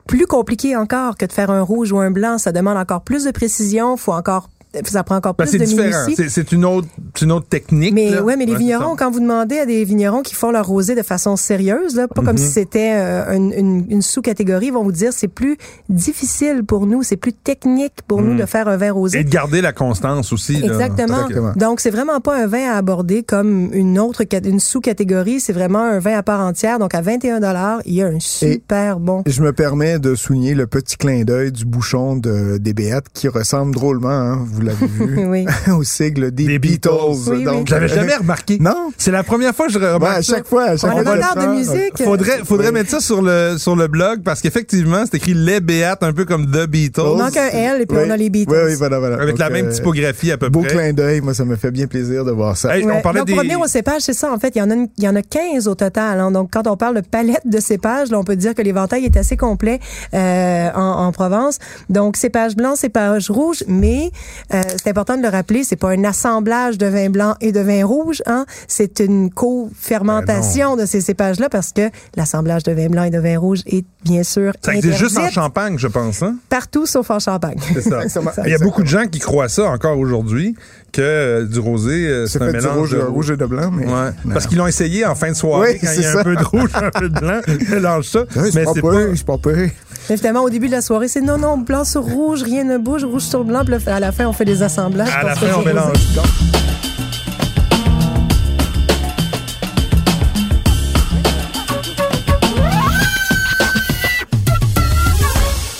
Speaker 3: plus compliqué encore que de faire un rouge ou un blanc. Ça demande encore plus de précision. Faut encore ça prend encore
Speaker 2: Ben, c'est
Speaker 3: plus de
Speaker 2: différent.
Speaker 3: minutie.
Speaker 2: C'est- C'est une autre, c'est une autre technique.
Speaker 3: Mais
Speaker 2: là.
Speaker 3: ouais, mais les
Speaker 2: Ouais,
Speaker 3: vignerons,
Speaker 2: c'est ça.
Speaker 3: quand vous demandez à des vignerons qui font leur rosé de façon sérieuse, là,
Speaker 2: Mm-hmm.
Speaker 3: pas comme si c'était euh, une, une- une sous-catégorie, ils vont vous dire c'est plus difficile pour nous, c'est plus technique pour nous de faire un vin rosé.
Speaker 2: Mm. Et de garder la constance aussi. là.
Speaker 3: Exactement.
Speaker 4: Exactement.
Speaker 3: Donc, c'est vraiment pas un vin à aborder comme une autre, cat- une sous-catégorie. C'est vraiment un vin à part entière. Donc, à 21 il y a un super bon.
Speaker 4: Je me permets de souligner le petit clin d'œil du bouchon de, des Béates qui ressemble drôlement, hein, vous l'avez vu,
Speaker 3: Oui.
Speaker 4: au sigle des,
Speaker 2: Des
Speaker 4: Beatles. euh,
Speaker 2: Beatles.
Speaker 3: Oui, oui.
Speaker 2: Je l'avais jamais remarqué.
Speaker 4: Non.
Speaker 2: C'est la première fois que je
Speaker 4: Ouais,
Speaker 2: remarque
Speaker 4: à
Speaker 2: ça.
Speaker 4: chaque fois, à chaque
Speaker 3: On a
Speaker 4: fois.
Speaker 3: un
Speaker 4: le
Speaker 3: art de
Speaker 4: faire.
Speaker 3: musique.
Speaker 2: Faudrait, faudrait mettre ça sur le, sur le blog parce qu'effectivement, c'est écrit Les Béates, un peu comme The Beatles.
Speaker 3: On manque un L et puis
Speaker 4: Oui.
Speaker 3: on a les Beatles.
Speaker 4: Oui, oui, voilà, voilà.
Speaker 2: Avec
Speaker 4: Donc,
Speaker 2: la même
Speaker 4: euh,
Speaker 2: typographie à peu
Speaker 4: Beau
Speaker 2: près.
Speaker 4: clin d'œil, moi, ça me fait bien plaisir de voir ça.
Speaker 2: Hey,
Speaker 3: Ouais.
Speaker 2: On parlait
Speaker 3: donc,
Speaker 2: des.
Speaker 3: pour revenir aux cépages, c'est ça, en fait. Il y, en a une- il y en a 15 au total. hein. Donc, quand on parle de palette de cépages, là, on peut dire que l'éventail est assez complet euh, en, en Provence. Donc, cépage blanc, cépage rouge, mais euh, c'est important de le rappeler, c'est pas un assemblage de vin blanc et de vin rouge. Hein. C'est une
Speaker 2: Ben
Speaker 3: co-fermentation de ces cépages-là parce que l'assemblage de vin blanc et de vin rouge est, bien sûr,
Speaker 2: Ça existe juste en
Speaker 3: interdite
Speaker 2: Champagne, je pense. Hein?
Speaker 3: partout sauf en Champagne.
Speaker 2: C'est ça.
Speaker 4: Exactement.
Speaker 2: Il y a beaucoup de gens qui croient ça encore aujourd'hui, que euh, du rosé, euh, c'est
Speaker 4: C'est
Speaker 2: un
Speaker 4: fait du
Speaker 2: mélange
Speaker 4: rouge,
Speaker 2: de
Speaker 4: euh, rouge et de blanc, mais.
Speaker 2: Ouais. Parce qu'ils l'ont essayé en fin de soirée,
Speaker 4: Oui,
Speaker 2: quand il
Speaker 4: c'est
Speaker 2: y a
Speaker 4: ça.
Speaker 2: un peu de rouge, un peu de blanc, ils mélangent ça.
Speaker 4: Ouais,
Speaker 2: mais
Speaker 4: Je
Speaker 2: c'est
Speaker 4: suis pas
Speaker 2: pas...
Speaker 4: peu, je suis pas peu.
Speaker 3: Évidemment, au début de la soirée, c'est non, non, blanc sur rouge, rien ne bouge, rouge sur blanc. Puis là, à la fin, on fait des assemblages.
Speaker 2: À la
Speaker 3: parce que
Speaker 2: fin, on
Speaker 3: c'est
Speaker 2: mélange.
Speaker 3: rosé.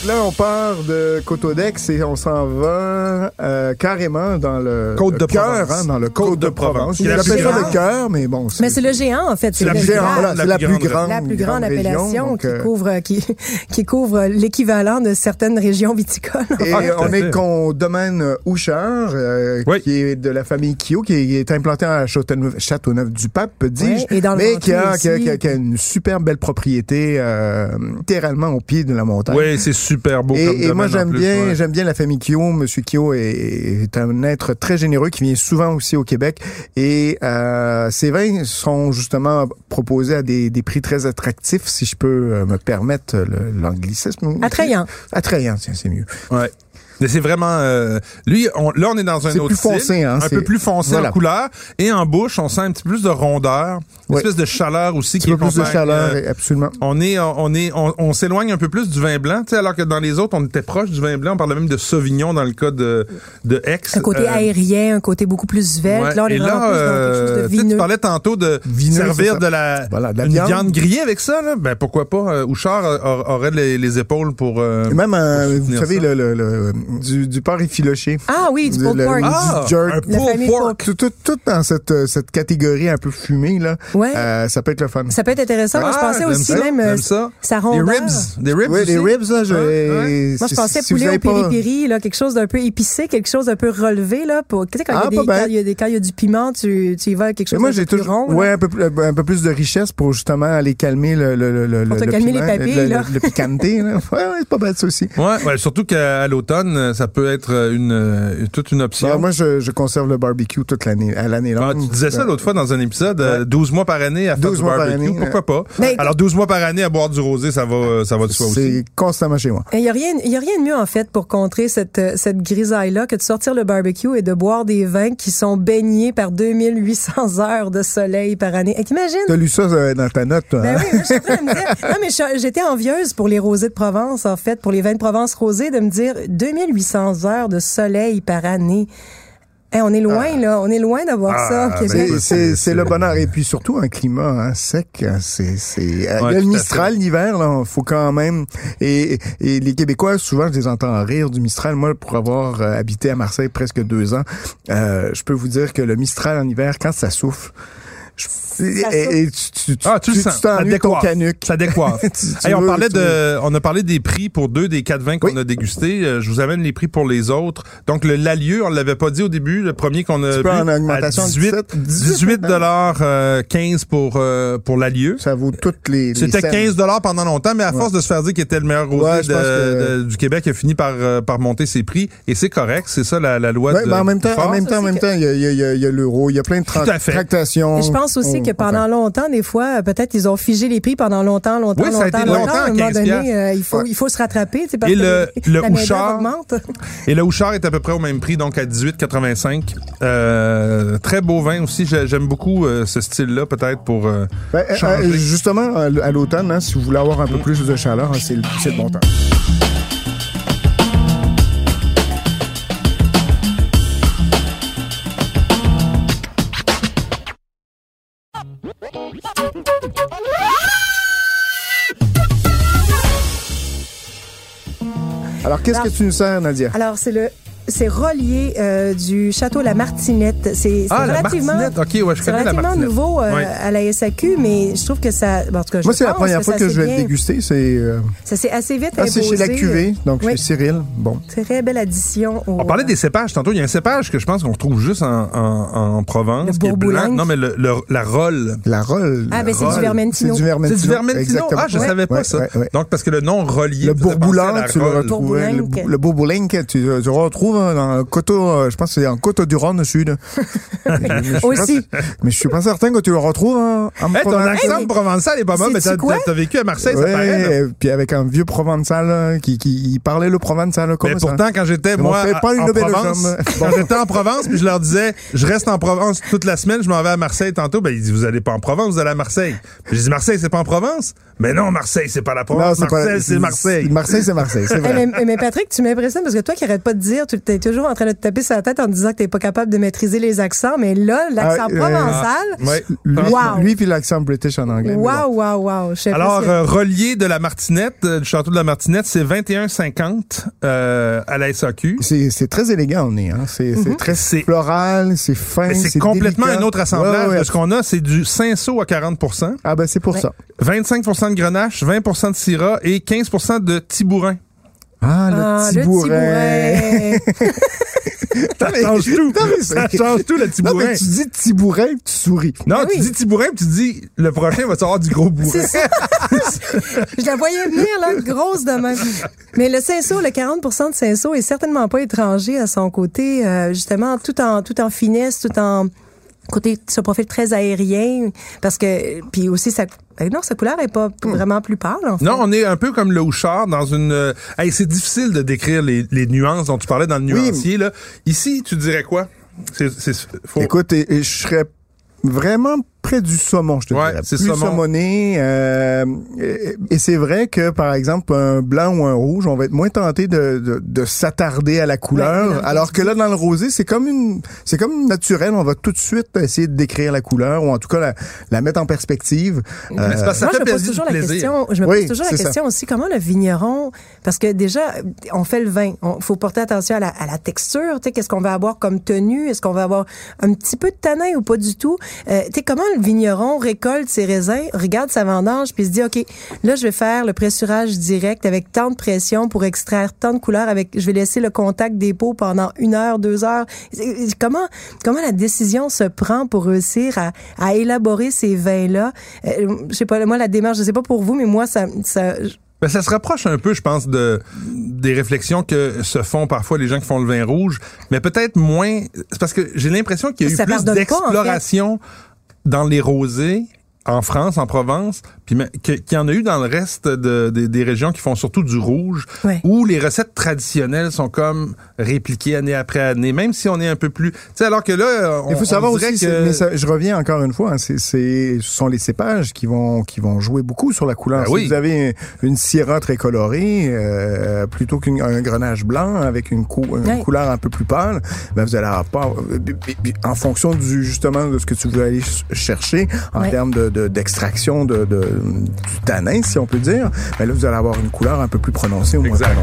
Speaker 4: Là, on part de Cotodex et on s'en va euh, carrément dans le
Speaker 2: Côte de
Speaker 4: le cœur,
Speaker 2: Provence.
Speaker 4: hein, dans le Côte, de, Provence.
Speaker 2: Qui est
Speaker 4: Ils
Speaker 2: la
Speaker 4: appellent
Speaker 2: plus
Speaker 4: ça le
Speaker 3: grande.
Speaker 4: cœur, mais bon,
Speaker 3: Mais c'est le géant, en fait.
Speaker 2: la
Speaker 4: le
Speaker 3: le
Speaker 2: plus
Speaker 4: géant,
Speaker 2: grande,
Speaker 4: voilà,
Speaker 2: la
Speaker 4: c'est la
Speaker 2: plus
Speaker 4: plus
Speaker 2: grande-
Speaker 4: grande,
Speaker 3: la plus grande
Speaker 4: région,
Speaker 3: appellation
Speaker 4: donc,
Speaker 3: qui
Speaker 4: euh,
Speaker 3: couvre qui, qui couvre l'équivalent de certaines régions viticoles.
Speaker 4: Et
Speaker 2: Ah, tout à
Speaker 4: on
Speaker 2: fait.
Speaker 4: est qu'on domaine Houchard, euh,
Speaker 2: Oui.
Speaker 4: qui est de la famille Kio, qui est, qui est implanté à Châteauneuf, du Pape, dis-je,
Speaker 3: Oui, et dans le
Speaker 4: mais qui a,
Speaker 3: Ventoux
Speaker 4: qui, a,
Speaker 3: aussi.
Speaker 4: qui a- qui a une super belle propriété, euh, littéralement au pied de la montagne.
Speaker 2: Oui, c'est super beau. comme
Speaker 4: Et, et
Speaker 2: domaine
Speaker 4: moi
Speaker 2: en
Speaker 4: j'aime
Speaker 2: plus,
Speaker 4: bien,
Speaker 2: ouais.
Speaker 4: j'aime bien la famille Kyo. Monsieur Kyo est, est un être très généreux qui vient souvent aussi au Québec et euh, ses vins sont justement proposés à des, des prix très attractifs, si je peux euh, me permettre le- l'anglicisme.
Speaker 3: Attrayant.
Speaker 4: Attrayant, tiens, c'est mieux.
Speaker 2: Ouais. Mais c'est vraiment euh, lui. On, là, on est dans un
Speaker 4: C'est
Speaker 2: autre
Speaker 4: plus
Speaker 2: style,
Speaker 4: foncé, hein,
Speaker 2: un
Speaker 4: c'est-
Speaker 2: peu plus foncé
Speaker 4: voilà.
Speaker 2: en couleur et en bouche, on sent un petit peu plus de rondeur, une
Speaker 4: Ouais.
Speaker 2: espèce de chaleur aussi
Speaker 4: Un
Speaker 2: qui
Speaker 4: petit peu plus de
Speaker 2: accompagne,
Speaker 4: chaleur,
Speaker 2: euh,
Speaker 4: et- absolument.
Speaker 2: on est, on est, on, on s'éloigne un peu plus du vin blanc, tu sais, alors que dans les autres, on était proche du vin blanc. On parlait même de Sauvignon dans le cas de de Aix.
Speaker 3: Un côté
Speaker 2: Euh,
Speaker 3: aérien, un côté beaucoup plus vert.
Speaker 2: ouais.
Speaker 3: Là, on est
Speaker 2: Et
Speaker 3: vraiment
Speaker 2: là,
Speaker 3: plus dans quelque chose
Speaker 2: euh, tu
Speaker 3: de
Speaker 2: sais, tu
Speaker 3: vineux.
Speaker 2: parlais tantôt de
Speaker 4: Vineux, c'est
Speaker 2: servir
Speaker 4: ça.
Speaker 2: de la,
Speaker 4: Voilà, de la
Speaker 2: une
Speaker 4: viande.
Speaker 2: viande. grillée avec ça. Là. Ben pourquoi pas. euh, Houchard a- a- aurait les, les épaules pour. euh,
Speaker 4: Et même, euh, vous
Speaker 2: soutenir
Speaker 4: savez,
Speaker 2: ça.
Speaker 4: le, le- le- du, du porc effiloché.
Speaker 3: Ah oui, du pulled
Speaker 4: Le-
Speaker 3: pork.
Speaker 4: le-
Speaker 2: ah,
Speaker 4: du jerk.
Speaker 2: un
Speaker 3: La famille
Speaker 2: pulled pork.
Speaker 4: Tout, tout, tout dans cette, euh, cette catégorie un peu fumée, là,
Speaker 3: Ouais.
Speaker 4: euh, ça peut être le fun.
Speaker 3: Ça peut être intéressant. Moi, je
Speaker 2: Ah,
Speaker 3: pensais
Speaker 2: j'aime
Speaker 3: aussi
Speaker 2: ça,
Speaker 3: même
Speaker 2: j'aime
Speaker 3: euh,
Speaker 2: ça.
Speaker 3: sa
Speaker 2: Des
Speaker 3: rondeur.
Speaker 2: ribs. Des ribs.
Speaker 4: Oui,
Speaker 2: aussi.
Speaker 4: les ribs, là, je.
Speaker 2: Ouais, ouais.
Speaker 4: si-
Speaker 3: Ah, Moi, je pensais
Speaker 4: si vous
Speaker 3: poulet
Speaker 4: avez
Speaker 3: au
Speaker 4: pas-
Speaker 3: piri-piri, là, quelque chose d'un peu épicé, quelque chose d'un peu relevé, là, pour, tu sais, quand il y a
Speaker 4: Ah,
Speaker 3: des-
Speaker 4: pas ben.
Speaker 3: quand il y a des- quand il y a du piment, tu, tu y vas avec quelque
Speaker 4: Mais
Speaker 3: chose
Speaker 4: moi,
Speaker 3: d'un peu
Speaker 4: j'ai
Speaker 3: plus
Speaker 4: toujours.
Speaker 3: rond. là.
Speaker 4: ouais, un peu, plus- euh, un peu plus de richesse pour justement aller calmer le. le, le
Speaker 3: Pour
Speaker 4: le-
Speaker 3: te
Speaker 4: le
Speaker 3: calmer les
Speaker 4: piment,
Speaker 3: papilles,
Speaker 4: le,
Speaker 3: là.
Speaker 4: Le, le piquanté, là. Ouais, ouais, c'est pas bête, ça aussi.
Speaker 2: Ouais, ouais, surtout qu'à à l'automne, euh, ça peut être euh, une euh, toute une option.
Speaker 4: Bah, moi, je, je conserve le barbecue toute l'année, à l'année
Speaker 2: Ah,
Speaker 4: longue.
Speaker 2: tu disais ça l'autre fois dans un épisode, euh, 12 mois par année à faire
Speaker 4: 12
Speaker 2: du
Speaker 4: mois par
Speaker 2: barbecue,
Speaker 4: année,
Speaker 2: pourquoi pas?
Speaker 3: Mais-
Speaker 2: Alors 12 mois par année à boire du rosé, ça va, euh, ça va de soi aussi.
Speaker 4: C'est constamment chez moi.
Speaker 3: Il n'y a, rien- y a rien de mieux, en fait, pour contrer cette, euh, cette grisaille-là que de sortir le barbecue et de boire des vins qui sont baignés par 2800 heures de soleil par année. Et t'imagines?
Speaker 4: T'as lu ça euh, dans ta note, toi,
Speaker 3: Ben
Speaker 4: hein?
Speaker 3: oui, moi, je suis en train de me dire- Non, mais je- j'étais envieuse pour les rosés de Provence, en fait, pour les vins de Provence rosés, de me dire 2800 heures de soleil par année. Hey, on est
Speaker 4: Ah.
Speaker 3: loin, là. On est loin d'avoir
Speaker 2: Ah,
Speaker 3: ça au
Speaker 2: ben
Speaker 3: Québec.
Speaker 4: C'est-
Speaker 2: oui.
Speaker 4: C'est c'est le bonheur. Et puis surtout un climat hein, sec. hein, C'est c'est euh, il y
Speaker 2: Ouais,
Speaker 4: a le
Speaker 2: tout à
Speaker 4: Mistral l'hiver là, faut quand même. Et, et les Québécois souvent je les entends rire du Mistral. Moi pour avoir euh, habité à Marseille presque deux ans, euh, je peux vous dire que le Mistral en hiver quand ça souffle, je- et, et tu tu tu
Speaker 2: Ah, tu le sens. Ça
Speaker 4: t'ennuies ton
Speaker 2: décoiffe.
Speaker 4: canuc.
Speaker 2: Ça décoiffe.
Speaker 4: Tu- tu
Speaker 2: Hey, on
Speaker 4: veux-
Speaker 2: parlait
Speaker 4: tu
Speaker 2: de, on a parlé des prix pour deux des quatre vins qu'on
Speaker 4: Oui.
Speaker 2: a dégustés. Euh, Je vous amène les prix pour les autres. Donc le Lalieu, on l'avait pas dit au début, le premier qu'on a
Speaker 4: Tu
Speaker 2: bu,
Speaker 4: peux en augmentation
Speaker 2: à
Speaker 4: de
Speaker 2: 18
Speaker 4: 17,
Speaker 2: 18 dollars 15 pour euh, pour Lalieu.
Speaker 4: Ça vaut toutes les. les
Speaker 2: C'était
Speaker 4: scènes.
Speaker 2: 15 dollars pendant longtemps, mais à force de se faire dire qu'il était le meilleur rosé
Speaker 4: Ouais, je
Speaker 2: de-
Speaker 4: pense que-
Speaker 2: de- du Québec, il a fini par, euh, par monter ses prix. Et c'est correct, c'est ça la, la loi
Speaker 4: Ouais,
Speaker 2: de
Speaker 4: ben, en même temps,
Speaker 2: du fort.
Speaker 4: en même temps, en même temps, il y a, il y a- il y a l'euro, il y a plein de tra-
Speaker 2: Tout à fait.
Speaker 4: tractations.
Speaker 3: Et je pense pense aussi
Speaker 4: on-
Speaker 3: que pendant
Speaker 4: enfin.
Speaker 3: longtemps, des fois, euh, peut-être ils ont figé les prix pendant longtemps, longtemps,
Speaker 2: Oui, ça
Speaker 3: longtemps,
Speaker 2: a été longtemps,
Speaker 3: À un moment
Speaker 2: 15
Speaker 3: donné, euh, il, faut,
Speaker 4: Ouais.
Speaker 3: il faut se rattraper. tu sais, Parce
Speaker 2: Et
Speaker 3: que
Speaker 2: le- le
Speaker 3: la main-d'œuvre
Speaker 2: Houchard.
Speaker 3: augmente.
Speaker 2: Et le Houchard est à peu près au même prix, donc à 18,85. Euh, très beau vin aussi. J'ai- J'aime beaucoup euh, ce style-là, peut-être pour euh,
Speaker 4: Ben, euh,
Speaker 2: changer.
Speaker 4: euh, justement, à l- à l'automne, hein, si vous voulez avoir un peu plus de chaleur, hein, c'est le, c'est le bon temps. Alors, qu'est-ce que tu nous sers, Nadia?
Speaker 3: Alors, c'est le c'est relié euh, du château La Martinette. C'est c'est
Speaker 2: Ah, la
Speaker 3: relativement
Speaker 2: martinette. OK, ouais, je
Speaker 3: c'est
Speaker 2: connais la
Speaker 3: relativement
Speaker 2: martinette.
Speaker 3: nouveau euh,
Speaker 2: Ouais.
Speaker 3: à la SAQ, mais je trouve que ça. bon, en tout cas, je
Speaker 4: Moi, c'est la
Speaker 3: pense
Speaker 4: première fois
Speaker 3: ça
Speaker 4: que
Speaker 3: s'est
Speaker 4: je vais le
Speaker 3: bien-
Speaker 4: déguster. C'est euh,
Speaker 3: Ça s'est assez vite
Speaker 4: ah, c'est chez la
Speaker 3: imposé. euh,
Speaker 4: cuvée, donc
Speaker 3: Oui.
Speaker 4: chez Cyril. Bon.
Speaker 3: Très belle addition. Au,
Speaker 2: On parlait des cépages tantôt. Il y a un cépage que je pense qu'on retrouve juste en, en, en Provence.
Speaker 3: Le
Speaker 2: qui est blanc.
Speaker 3: Bourboulingue.
Speaker 2: Non, mais le, le- la rolle.
Speaker 4: La rolle.
Speaker 3: Ah, ben, c'est
Speaker 2: Roll.
Speaker 3: du
Speaker 4: C'est
Speaker 3: Vermentino.
Speaker 4: du Vermentino.
Speaker 2: C'est du Vermentino.
Speaker 4: Exactement.
Speaker 2: Ah, je
Speaker 4: Ouais,
Speaker 2: savais pas
Speaker 4: ouais,
Speaker 2: ça.
Speaker 4: ouais, ouais.
Speaker 2: Donc, parce que le nom relié.
Speaker 4: Le
Speaker 2: me faisait penser à
Speaker 4: bourboulant,
Speaker 2: la
Speaker 4: tu le
Speaker 2: rolle.
Speaker 4: retrouvais. Le,
Speaker 3: Bourboulinque.
Speaker 4: bou- le bourboulinque, tu, le- tu le retrouves hein, dans le coteau, euh, je pense que c'est en coteau du Rhône au sud. Mais je suis pas-
Speaker 3: Aussi.
Speaker 4: mais je suis pas certain que tu le retrouves hein, en
Speaker 2: Hey, Eh, ton
Speaker 4: Provence.
Speaker 2: accent provençal est pas mal, mais
Speaker 3: C'est-tu
Speaker 2: t'as
Speaker 3: quoi?
Speaker 2: t'as- t'as vécu à Marseille, ça
Speaker 4: Ouais,
Speaker 2: paraît. là.
Speaker 4: et puis avec un vieux provençal euh, qui, qui il parlait le provençal comme
Speaker 2: Mais
Speaker 4: ça.
Speaker 2: pourtant, quand j'étais,
Speaker 4: Ils m'ont
Speaker 2: moi,
Speaker 4: fait
Speaker 2: à-
Speaker 4: pas une
Speaker 2: en
Speaker 4: belle
Speaker 2: Provence,
Speaker 4: jambe.
Speaker 2: quand j'étais en Provence, puis je leur disais, je reste en Provence toute la semaine, je m'en vais à Marseille tantôt, ben, ils disent, vous allez pas en Provence, vous allez à Marseille. Puis je dis, Marseille, c'est pas en Provence? Mais non, Marseille, c'est pas la
Speaker 4: Non,
Speaker 2: Provence. Marseille, c'est Marseille.
Speaker 4: Marseille, c'est Marseille, c'est
Speaker 3: Eh,
Speaker 4: vrai.
Speaker 3: mais, mais Patrick, tu m'impressionnes parce que toi qui arrêtes pas de dire, tu es toujours en train de te taper sur la tête en te disant que t'es pas capable de maîtriser les accents, mais là, l'accent
Speaker 4: Ah, euh,
Speaker 3: provençal.
Speaker 2: Ouais.
Speaker 4: Lui,
Speaker 3: Wow.
Speaker 4: lui puis l'accent british en anglais. mais bon.
Speaker 3: Wow, wow, wow. Je suis
Speaker 2: Alors,
Speaker 3: impressionnée.
Speaker 2: euh, relié de la Martinette, euh, du château de la Martinette, c'est 21,50 euh, à la SAQ.
Speaker 4: C'est c'est très élégant au nez, hein. C'est
Speaker 3: Mhm.
Speaker 4: c'est très
Speaker 2: C'est-
Speaker 4: floral, c'est fin,
Speaker 2: Mais
Speaker 4: c'est
Speaker 2: C'est complètement
Speaker 4: délicat.
Speaker 2: un autre assemblage
Speaker 4: Ouais, ouais,
Speaker 2: de ce qu'on a. C'est du cinceau à 40
Speaker 4: Ah ben c'est pour
Speaker 3: Ouais.
Speaker 4: ça.
Speaker 2: 25 de grenache, 20 de syrah et 15 de tibourin.
Speaker 4: Ah, le
Speaker 3: Ah,
Speaker 4: petit bourrin.
Speaker 3: le petit
Speaker 2: Ça
Speaker 3: bourrin.
Speaker 2: change tout.
Speaker 4: Non, mais
Speaker 2: Ça
Speaker 4: c'est-
Speaker 2: change tout, le
Speaker 4: Non,
Speaker 2: tibourin.
Speaker 4: mais tu dis petit bourrin, tu souris.
Speaker 2: Non,
Speaker 3: Ah
Speaker 2: tu
Speaker 3: oui.
Speaker 2: dis tibourin, puis tu dis le prochain va avoir du gros bourrin.
Speaker 3: C'est ça. Je la voyais venir, là, grosse de même. Mais le cinceau, le 40 de cinceau est certainement pas étranger à son côté, euh, justement, tout en, tout en finesse, tout en côté ce profil très aérien, parce que, puis aussi, sa, ben non, sa couleur est pas
Speaker 4: Hmm.
Speaker 3: vraiment plus pâle, en fait.
Speaker 2: Non, on est un peu comme le Houchard dans une. euh, hey, c'est difficile de décrire les, les nuances dont tu parlais dans le nuancier. Là. Ici, tu dirais quoi? C'est, c'est- faut-
Speaker 4: Écoute, et, et je serais vraiment près du saumon, je te
Speaker 2: Ouais,
Speaker 4: dirais.
Speaker 2: c'est
Speaker 4: Plus
Speaker 2: saumon.
Speaker 4: saumonné. euh, et et c'est vrai que, par exemple, un blanc ou un rouge, on va être moins tenté de, de, de s'attarder à la couleur.
Speaker 3: Ouais,
Speaker 4: alors que là, dans le rosé, c'est comme une, c'est comme naturel. On va tout de suite essayer de décrire la couleur ou en tout cas la, la mettre en perspective. Euh,
Speaker 2: Mais c'est parce que ça fait
Speaker 3: euh, Moi, je me pose
Speaker 2: plaisir.
Speaker 3: toujours la
Speaker 2: plaisir.
Speaker 3: question. Je me
Speaker 4: Oui,
Speaker 3: pose toujours la
Speaker 4: c'est ça.
Speaker 3: question aussi comment le vigneron, parce que déjà on fait le vin, on faut porter attention à la, à la texture. Tu sais, qu'est-ce qu'on va avoir comme tenue Est-ce qu'on va avoir un petit peu de tanin ou pas du tout Euh, Tu sais, comment le vigneron récolte ses raisins, regarde sa vendange, puis se dit ok, là je vais faire le pressurage direct avec tant de pression pour extraire tant de couleurs. Avec, je vais laisser le contact des peaux pendant une heure, deux heures. C'est- c'est- Comment comment la décision se prend pour réussir à, à élaborer ces vins-là? Euh, je sais pas, moi, la démarche, je sais pas pour vous, mais moi, ça, ça
Speaker 2: Ben, ça se rapproche un peu, je pense, de des réflexions que se font parfois les gens qui font le vin rouge, mais peut-être moins. C'est parce que j'ai l'impression qu'il y a eu
Speaker 3: Ça
Speaker 2: plus
Speaker 3: pardonne pas, en fait.
Speaker 2: d'exploration dans les rosés en France, en Provence, puis mais- que- qu'il y en a eu dans le reste de- des- des régions qui font surtout du rouge,
Speaker 3: Ouais.
Speaker 2: où les recettes traditionnelles sont comme répliquées année après année, même si on est un peu plus. Tu sais, alors que là, on,
Speaker 4: Il faut
Speaker 2: on
Speaker 4: savoir
Speaker 2: dirait
Speaker 4: aussi,
Speaker 2: que-
Speaker 4: c'est- mais ça- je reviens encore une fois, hein, c'est, c'est- ce sont les cépages qui vont qui vont jouer beaucoup sur la couleur.
Speaker 2: Ben
Speaker 4: si
Speaker 2: oui.
Speaker 4: vous avez une syrah très colorée, euh, plutôt qu'un grenage blanc avec une, cou- une
Speaker 3: Ouais.
Speaker 4: couleur un peu plus pâle, ben vous allez avoir pas, en fonction du justement de ce que tu veux aller ch- chercher en
Speaker 3: Ouais.
Speaker 4: termes de, de- d'extraction de, de- du tanin, si on peut dire, ben là vous allez avoir une couleur un peu plus prononcée au moins.
Speaker 2: Exact.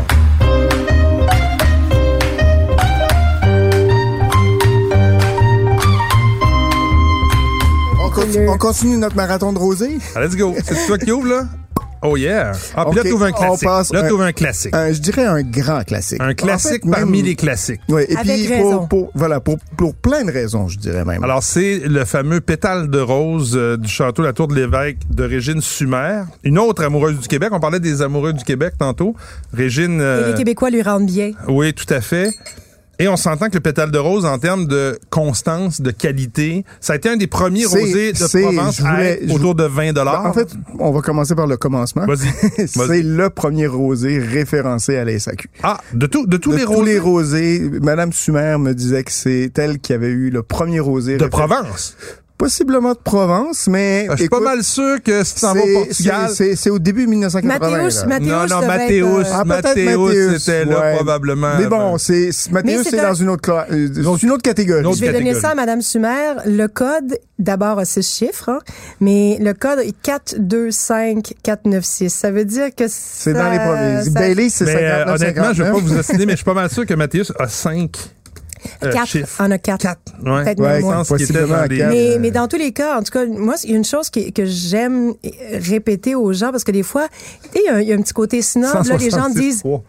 Speaker 4: On, continue, on continue notre marathon de rosé.
Speaker 2: Ah, Let's go. C'est toi qui ouvre, là? Oh yeah. Ah, puis
Speaker 4: Ok,
Speaker 2: là, t'ouvres un
Speaker 4: on
Speaker 2: classique.
Speaker 4: passe
Speaker 2: Là,
Speaker 4: un-
Speaker 2: t'ouvres un classique.
Speaker 4: Un- Euh, je dirais un grand classique.
Speaker 2: Un classique
Speaker 4: En fait,
Speaker 2: parmi
Speaker 4: même-
Speaker 2: les classiques.
Speaker 4: Ouais, et
Speaker 3: Avec
Speaker 4: puis
Speaker 3: raison.
Speaker 4: Pour, pour- voilà, pour, pour plein de raisons, je dirais même.
Speaker 2: Alors, c'est le fameux pétale de rose euh, du château La Tour de l'Évêque de Régine Sumer, une autre amoureuse du Québec. On parlait des amoureux du Québec tantôt. Régine.
Speaker 3: et
Speaker 2: euh,
Speaker 3: les Québécois lui rendent bien.
Speaker 2: oui, tout à fait. Et on s'entend que le pétale de rose, en termes de constance, de qualité, ça a été un des premiers
Speaker 4: C'est-
Speaker 2: rosés de
Speaker 4: c'est-
Speaker 2: Provence
Speaker 4: je
Speaker 2: à
Speaker 4: voulais-
Speaker 2: être
Speaker 4: je vou-
Speaker 2: autour de 20 dollars.
Speaker 4: Ben, En fait, on va commencer par le commencement.
Speaker 2: Vas-y. Vas-y.
Speaker 4: C'est le premier rosé référencé à la SAQ.
Speaker 2: ah, de, tout, de tous
Speaker 4: De
Speaker 2: les
Speaker 4: tous
Speaker 2: rosés
Speaker 4: les rosés, Madame Sumer me disait que c'est elle qui avait eu le premier rosé
Speaker 2: de
Speaker 4: réfé-
Speaker 2: Provence. Ben,
Speaker 4: Possiblement de Provence, mais
Speaker 2: Je suis pas
Speaker 4: écoute,
Speaker 2: mal sûr que si tu t'en vas au
Speaker 4: c'est-
Speaker 2: Portugal...
Speaker 4: c'est- C'est c'est au début 1980.
Speaker 3: Mathéus,
Speaker 4: là.
Speaker 3: Mathéus,
Speaker 2: non, non,
Speaker 3: devait
Speaker 2: Mathéus,
Speaker 3: être, euh,
Speaker 4: Ah, peut-être
Speaker 2: Mathéus
Speaker 4: Mathéus,
Speaker 2: était là
Speaker 4: ouais.
Speaker 2: probablement. ben.
Speaker 4: Mais bon, c'est c'est- Mathéus,
Speaker 3: c'est
Speaker 4: c'est
Speaker 3: un-
Speaker 4: dans une autre, cla- euh, c'est une autre catégorie.
Speaker 2: une autre
Speaker 3: Je vais donner
Speaker 2: catégorie.
Speaker 3: ça à Madame Sumer. Le code, d'abord, a six chiffres, hein, mais le code est 425496. Ça veut dire que
Speaker 4: C'est dans les provinces. Bailey, c'est
Speaker 2: Mais, euh,
Speaker 4: 59,
Speaker 2: honnêtement, je vais pas
Speaker 4: 59.
Speaker 2: vous assiner, mais je suis pas mal sûr que Mathéus a 5
Speaker 4: Euh,
Speaker 2: chiffres.
Speaker 3: on a quatre.
Speaker 2: Ouais.
Speaker 3: Peut-être
Speaker 4: Ouais,
Speaker 3: moins.
Speaker 2: pense qu'il était
Speaker 4: possiblement
Speaker 2: dans
Speaker 4: à
Speaker 2: des-
Speaker 4: quatre.
Speaker 3: Mais,
Speaker 4: Euh,
Speaker 3: mais dans tous les cas, en tout cas, moi, il y a une chose qui- que j'aime répéter aux gens, parce que des fois, tu sais, il y a un- il y, a un petit côté snob, là, les gens
Speaker 2: 166,
Speaker 3: disent,
Speaker 2: trois.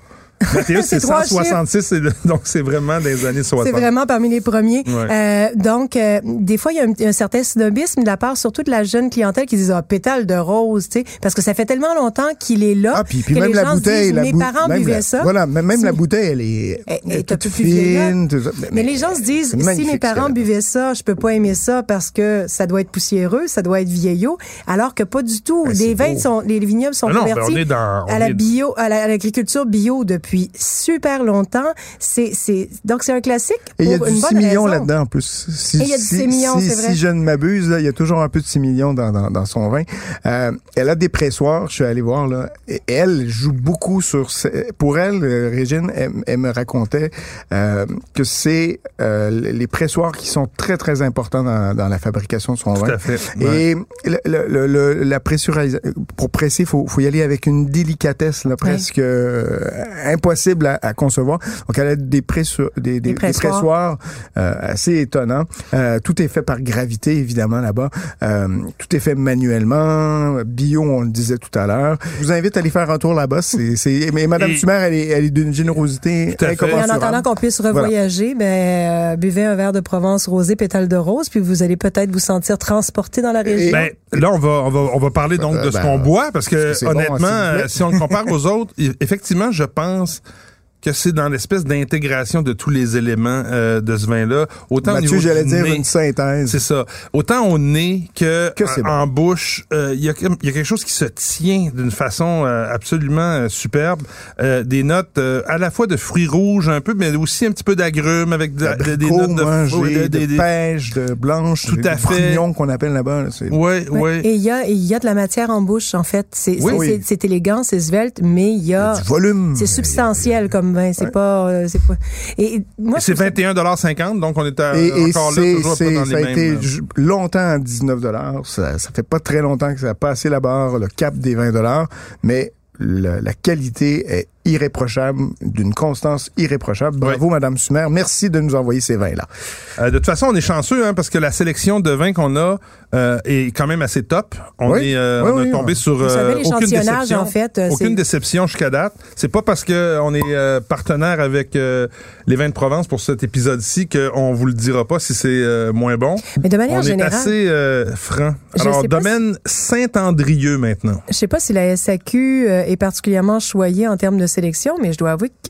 Speaker 2: Mathéus, c'est
Speaker 3: C'est trois
Speaker 2: 166, c'est le- donc c'est vraiment des années 60.
Speaker 3: C'est vraiment parmi les premiers.
Speaker 2: Ouais.
Speaker 3: Euh, donc, euh, des fois, il y a un, un certain snobisme de la part surtout de la jeune clientèle qui disent « Ah, pétale de rose », tu sais, parce que ça fait tellement longtemps qu'il est là
Speaker 4: Ah, puis, puis
Speaker 3: que
Speaker 4: même
Speaker 3: les gens
Speaker 4: la
Speaker 3: se
Speaker 4: bouteille.
Speaker 3: disent
Speaker 4: la
Speaker 3: Mes
Speaker 4: bou-
Speaker 3: parents
Speaker 4: même
Speaker 3: buvaient
Speaker 4: la-
Speaker 3: ça Eh,
Speaker 4: Voilà, mais même
Speaker 3: Si-
Speaker 4: la bouteille, elle est,
Speaker 3: Elle-
Speaker 4: elle
Speaker 3: elle
Speaker 4: est
Speaker 3: est un
Speaker 4: toute
Speaker 3: peu plus vieillotte.
Speaker 4: fine. tout ça.
Speaker 3: Mais les gens se disent,
Speaker 4: c'est
Speaker 3: si mes
Speaker 4: magnifique,
Speaker 3: parents
Speaker 4: ça.
Speaker 3: buvaient ça, je peux pas aimer ça parce que ça doit être poussiéreux, ça doit être vieillot, alors que pas du tout.
Speaker 4: Ben,
Speaker 3: les
Speaker 4: c'est
Speaker 3: vins
Speaker 4: beau.
Speaker 3: sont, les vignobles sont
Speaker 2: Ah non, ben,
Speaker 3: convertis
Speaker 2: on est dans- on
Speaker 3: à la
Speaker 2: est-
Speaker 3: bio, à la- à l'agriculture bio depuis super longtemps. C'est, c'est, donc c'est un classique
Speaker 4: Et il y a
Speaker 3: pour
Speaker 4: du
Speaker 3: une
Speaker 4: 6
Speaker 3: bonne
Speaker 4: millions
Speaker 3: raison.
Speaker 4: là-dedans en plus. Si,
Speaker 3: Et il y a du
Speaker 4: si-
Speaker 3: 6 millions,
Speaker 4: si-
Speaker 3: c'est vrai.
Speaker 4: Si je ne m'abuse, là, il y a toujours un peu de 6 millions dans, dans, dans son vin. Euh, elle a des pressoirs, je suis allé voir. là. Et elle joue beaucoup sur... ce- Pour elle, euh, Régine, elle, elle me racontait euh, que c'est euh, les pressoirs qui sont très, très importants dans, dans la fabrication de son
Speaker 2: Tout
Speaker 4: vin.
Speaker 2: à fait. ouais.
Speaker 4: Et le, le- le- le- la pressurisation, pour presser, faut, faut y aller avec une délicatesse là, presque euh, impossible à, à concevoir. Donc, elle a des, pressu- des, des- des
Speaker 3: pressoirs.
Speaker 4: pressoirs, euh, assez étonnants. Euh, tout est fait par gravité, évidemment, là-bas. Euh, tout est fait manuellement. Bio, on le disait tout à l'heure. Je vous invite à aller faire un tour là-bas. C'est, c'est, mais Madame
Speaker 2: Et-
Speaker 4: Sumer, elle est, elle est d'une générosité
Speaker 2: Tout à fait.
Speaker 3: Et en
Speaker 4: incommensurable.
Speaker 3: attendant qu'on puisse revoyager, ben, euh, buvez un verre de Provence rosé, pétale de rose, puis vous allez peut-être vous sentir transporté dans la région.
Speaker 2: Ben, là, on va, on, va, on va parler donc
Speaker 4: Euh,
Speaker 2: de ce
Speaker 4: ben,
Speaker 2: qu'on boit, parce que,
Speaker 4: parce que c'est bon,
Speaker 2: honnêtement,
Speaker 4: hein, s'il vous
Speaker 2: euh,
Speaker 4: plaît.
Speaker 2: si on le compare aux autres, e- effectivement, je pense que c'est dans l'espèce d'intégration de tous les éléments euh, de ce vin-là. Autant au
Speaker 4: Mathieu,
Speaker 2: niveau
Speaker 4: j'allais
Speaker 2: du
Speaker 4: dire
Speaker 2: nez-
Speaker 4: une synthèse.
Speaker 2: C'est ça. Autant au nez que,
Speaker 4: Que c'est
Speaker 2: en- en bouche, euh, il y, a comme- il y a quelque chose qui se tient d'une façon euh, absolument euh, superbe. Euh, des notes euh, à la fois de fruits rouges un peu, mais aussi un petit peu d'agrumes avec de- de- des
Speaker 4: D'abricot
Speaker 2: notes de,
Speaker 4: mangé,
Speaker 2: de- de-
Speaker 4: de
Speaker 2: des-
Speaker 4: pêche, de blanche,
Speaker 2: Tout à
Speaker 4: de
Speaker 2: fait.
Speaker 4: grugnon qu'on appelle là-bas. là, c'est-
Speaker 2: Ouais,
Speaker 3: Ouais.
Speaker 2: ouais.
Speaker 3: Et il y a, et il y a de la matière en bouche, en fait. C'est
Speaker 4: Oui,
Speaker 3: c'est-
Speaker 4: oui.
Speaker 3: c'est- c'est élégant, c'est svelte, mais il y
Speaker 2: Ah.
Speaker 3: a...
Speaker 4: Du volume.
Speaker 3: C'est substantiel comme vin, c'est pas, euh, c'est pas. Et et moi,
Speaker 2: Et c'est
Speaker 3: je trouve
Speaker 2: 21,50 donc on est à-
Speaker 4: Et, et
Speaker 2: Euh, encore là,
Speaker 4: c'est,
Speaker 2: toujours pas
Speaker 4: c'est-
Speaker 2: dans les
Speaker 4: ça a
Speaker 2: mêmes... euh,
Speaker 4: été ju- longtemps à 19 ça, ça fait pas très longtemps que ça a passé la barre, le cap des 20 mais le- la qualité est irréprochable, d'une constance irréprochable. Bravo, Madame Sumer. Merci de nous envoyer ces vins-là.
Speaker 2: Euh, de toute façon, on est chanceux hein, parce que la sélection de vins qu'on a euh, est quand même assez top. On
Speaker 4: Oui.
Speaker 2: est, euh,
Speaker 4: Oui,
Speaker 2: on est
Speaker 4: oui,
Speaker 2: tombé
Speaker 4: oui.
Speaker 2: sur
Speaker 3: C'est un
Speaker 2: euh,
Speaker 3: bel
Speaker 2: aucune
Speaker 3: échantillonnage,
Speaker 2: déception.
Speaker 3: en fait, euh,
Speaker 2: aucune
Speaker 3: c'est-
Speaker 2: déception jusqu'à date. C'est pas parce que on est euh, partenaire avec euh, les vins de Provence pour cet épisode-ci qu'on vous le dira pas si c'est euh, moins bon.
Speaker 3: ça- Mais de manière
Speaker 2: on
Speaker 3: générale,
Speaker 2: est assez euh, franc.
Speaker 3: Je
Speaker 2: Alors,
Speaker 3: sais pas
Speaker 2: domaine Saint-Andrieux maintenant.
Speaker 3: je sais pas si la SAQ euh, est particulièrement choyée en termes de sélection, mais je dois avouer que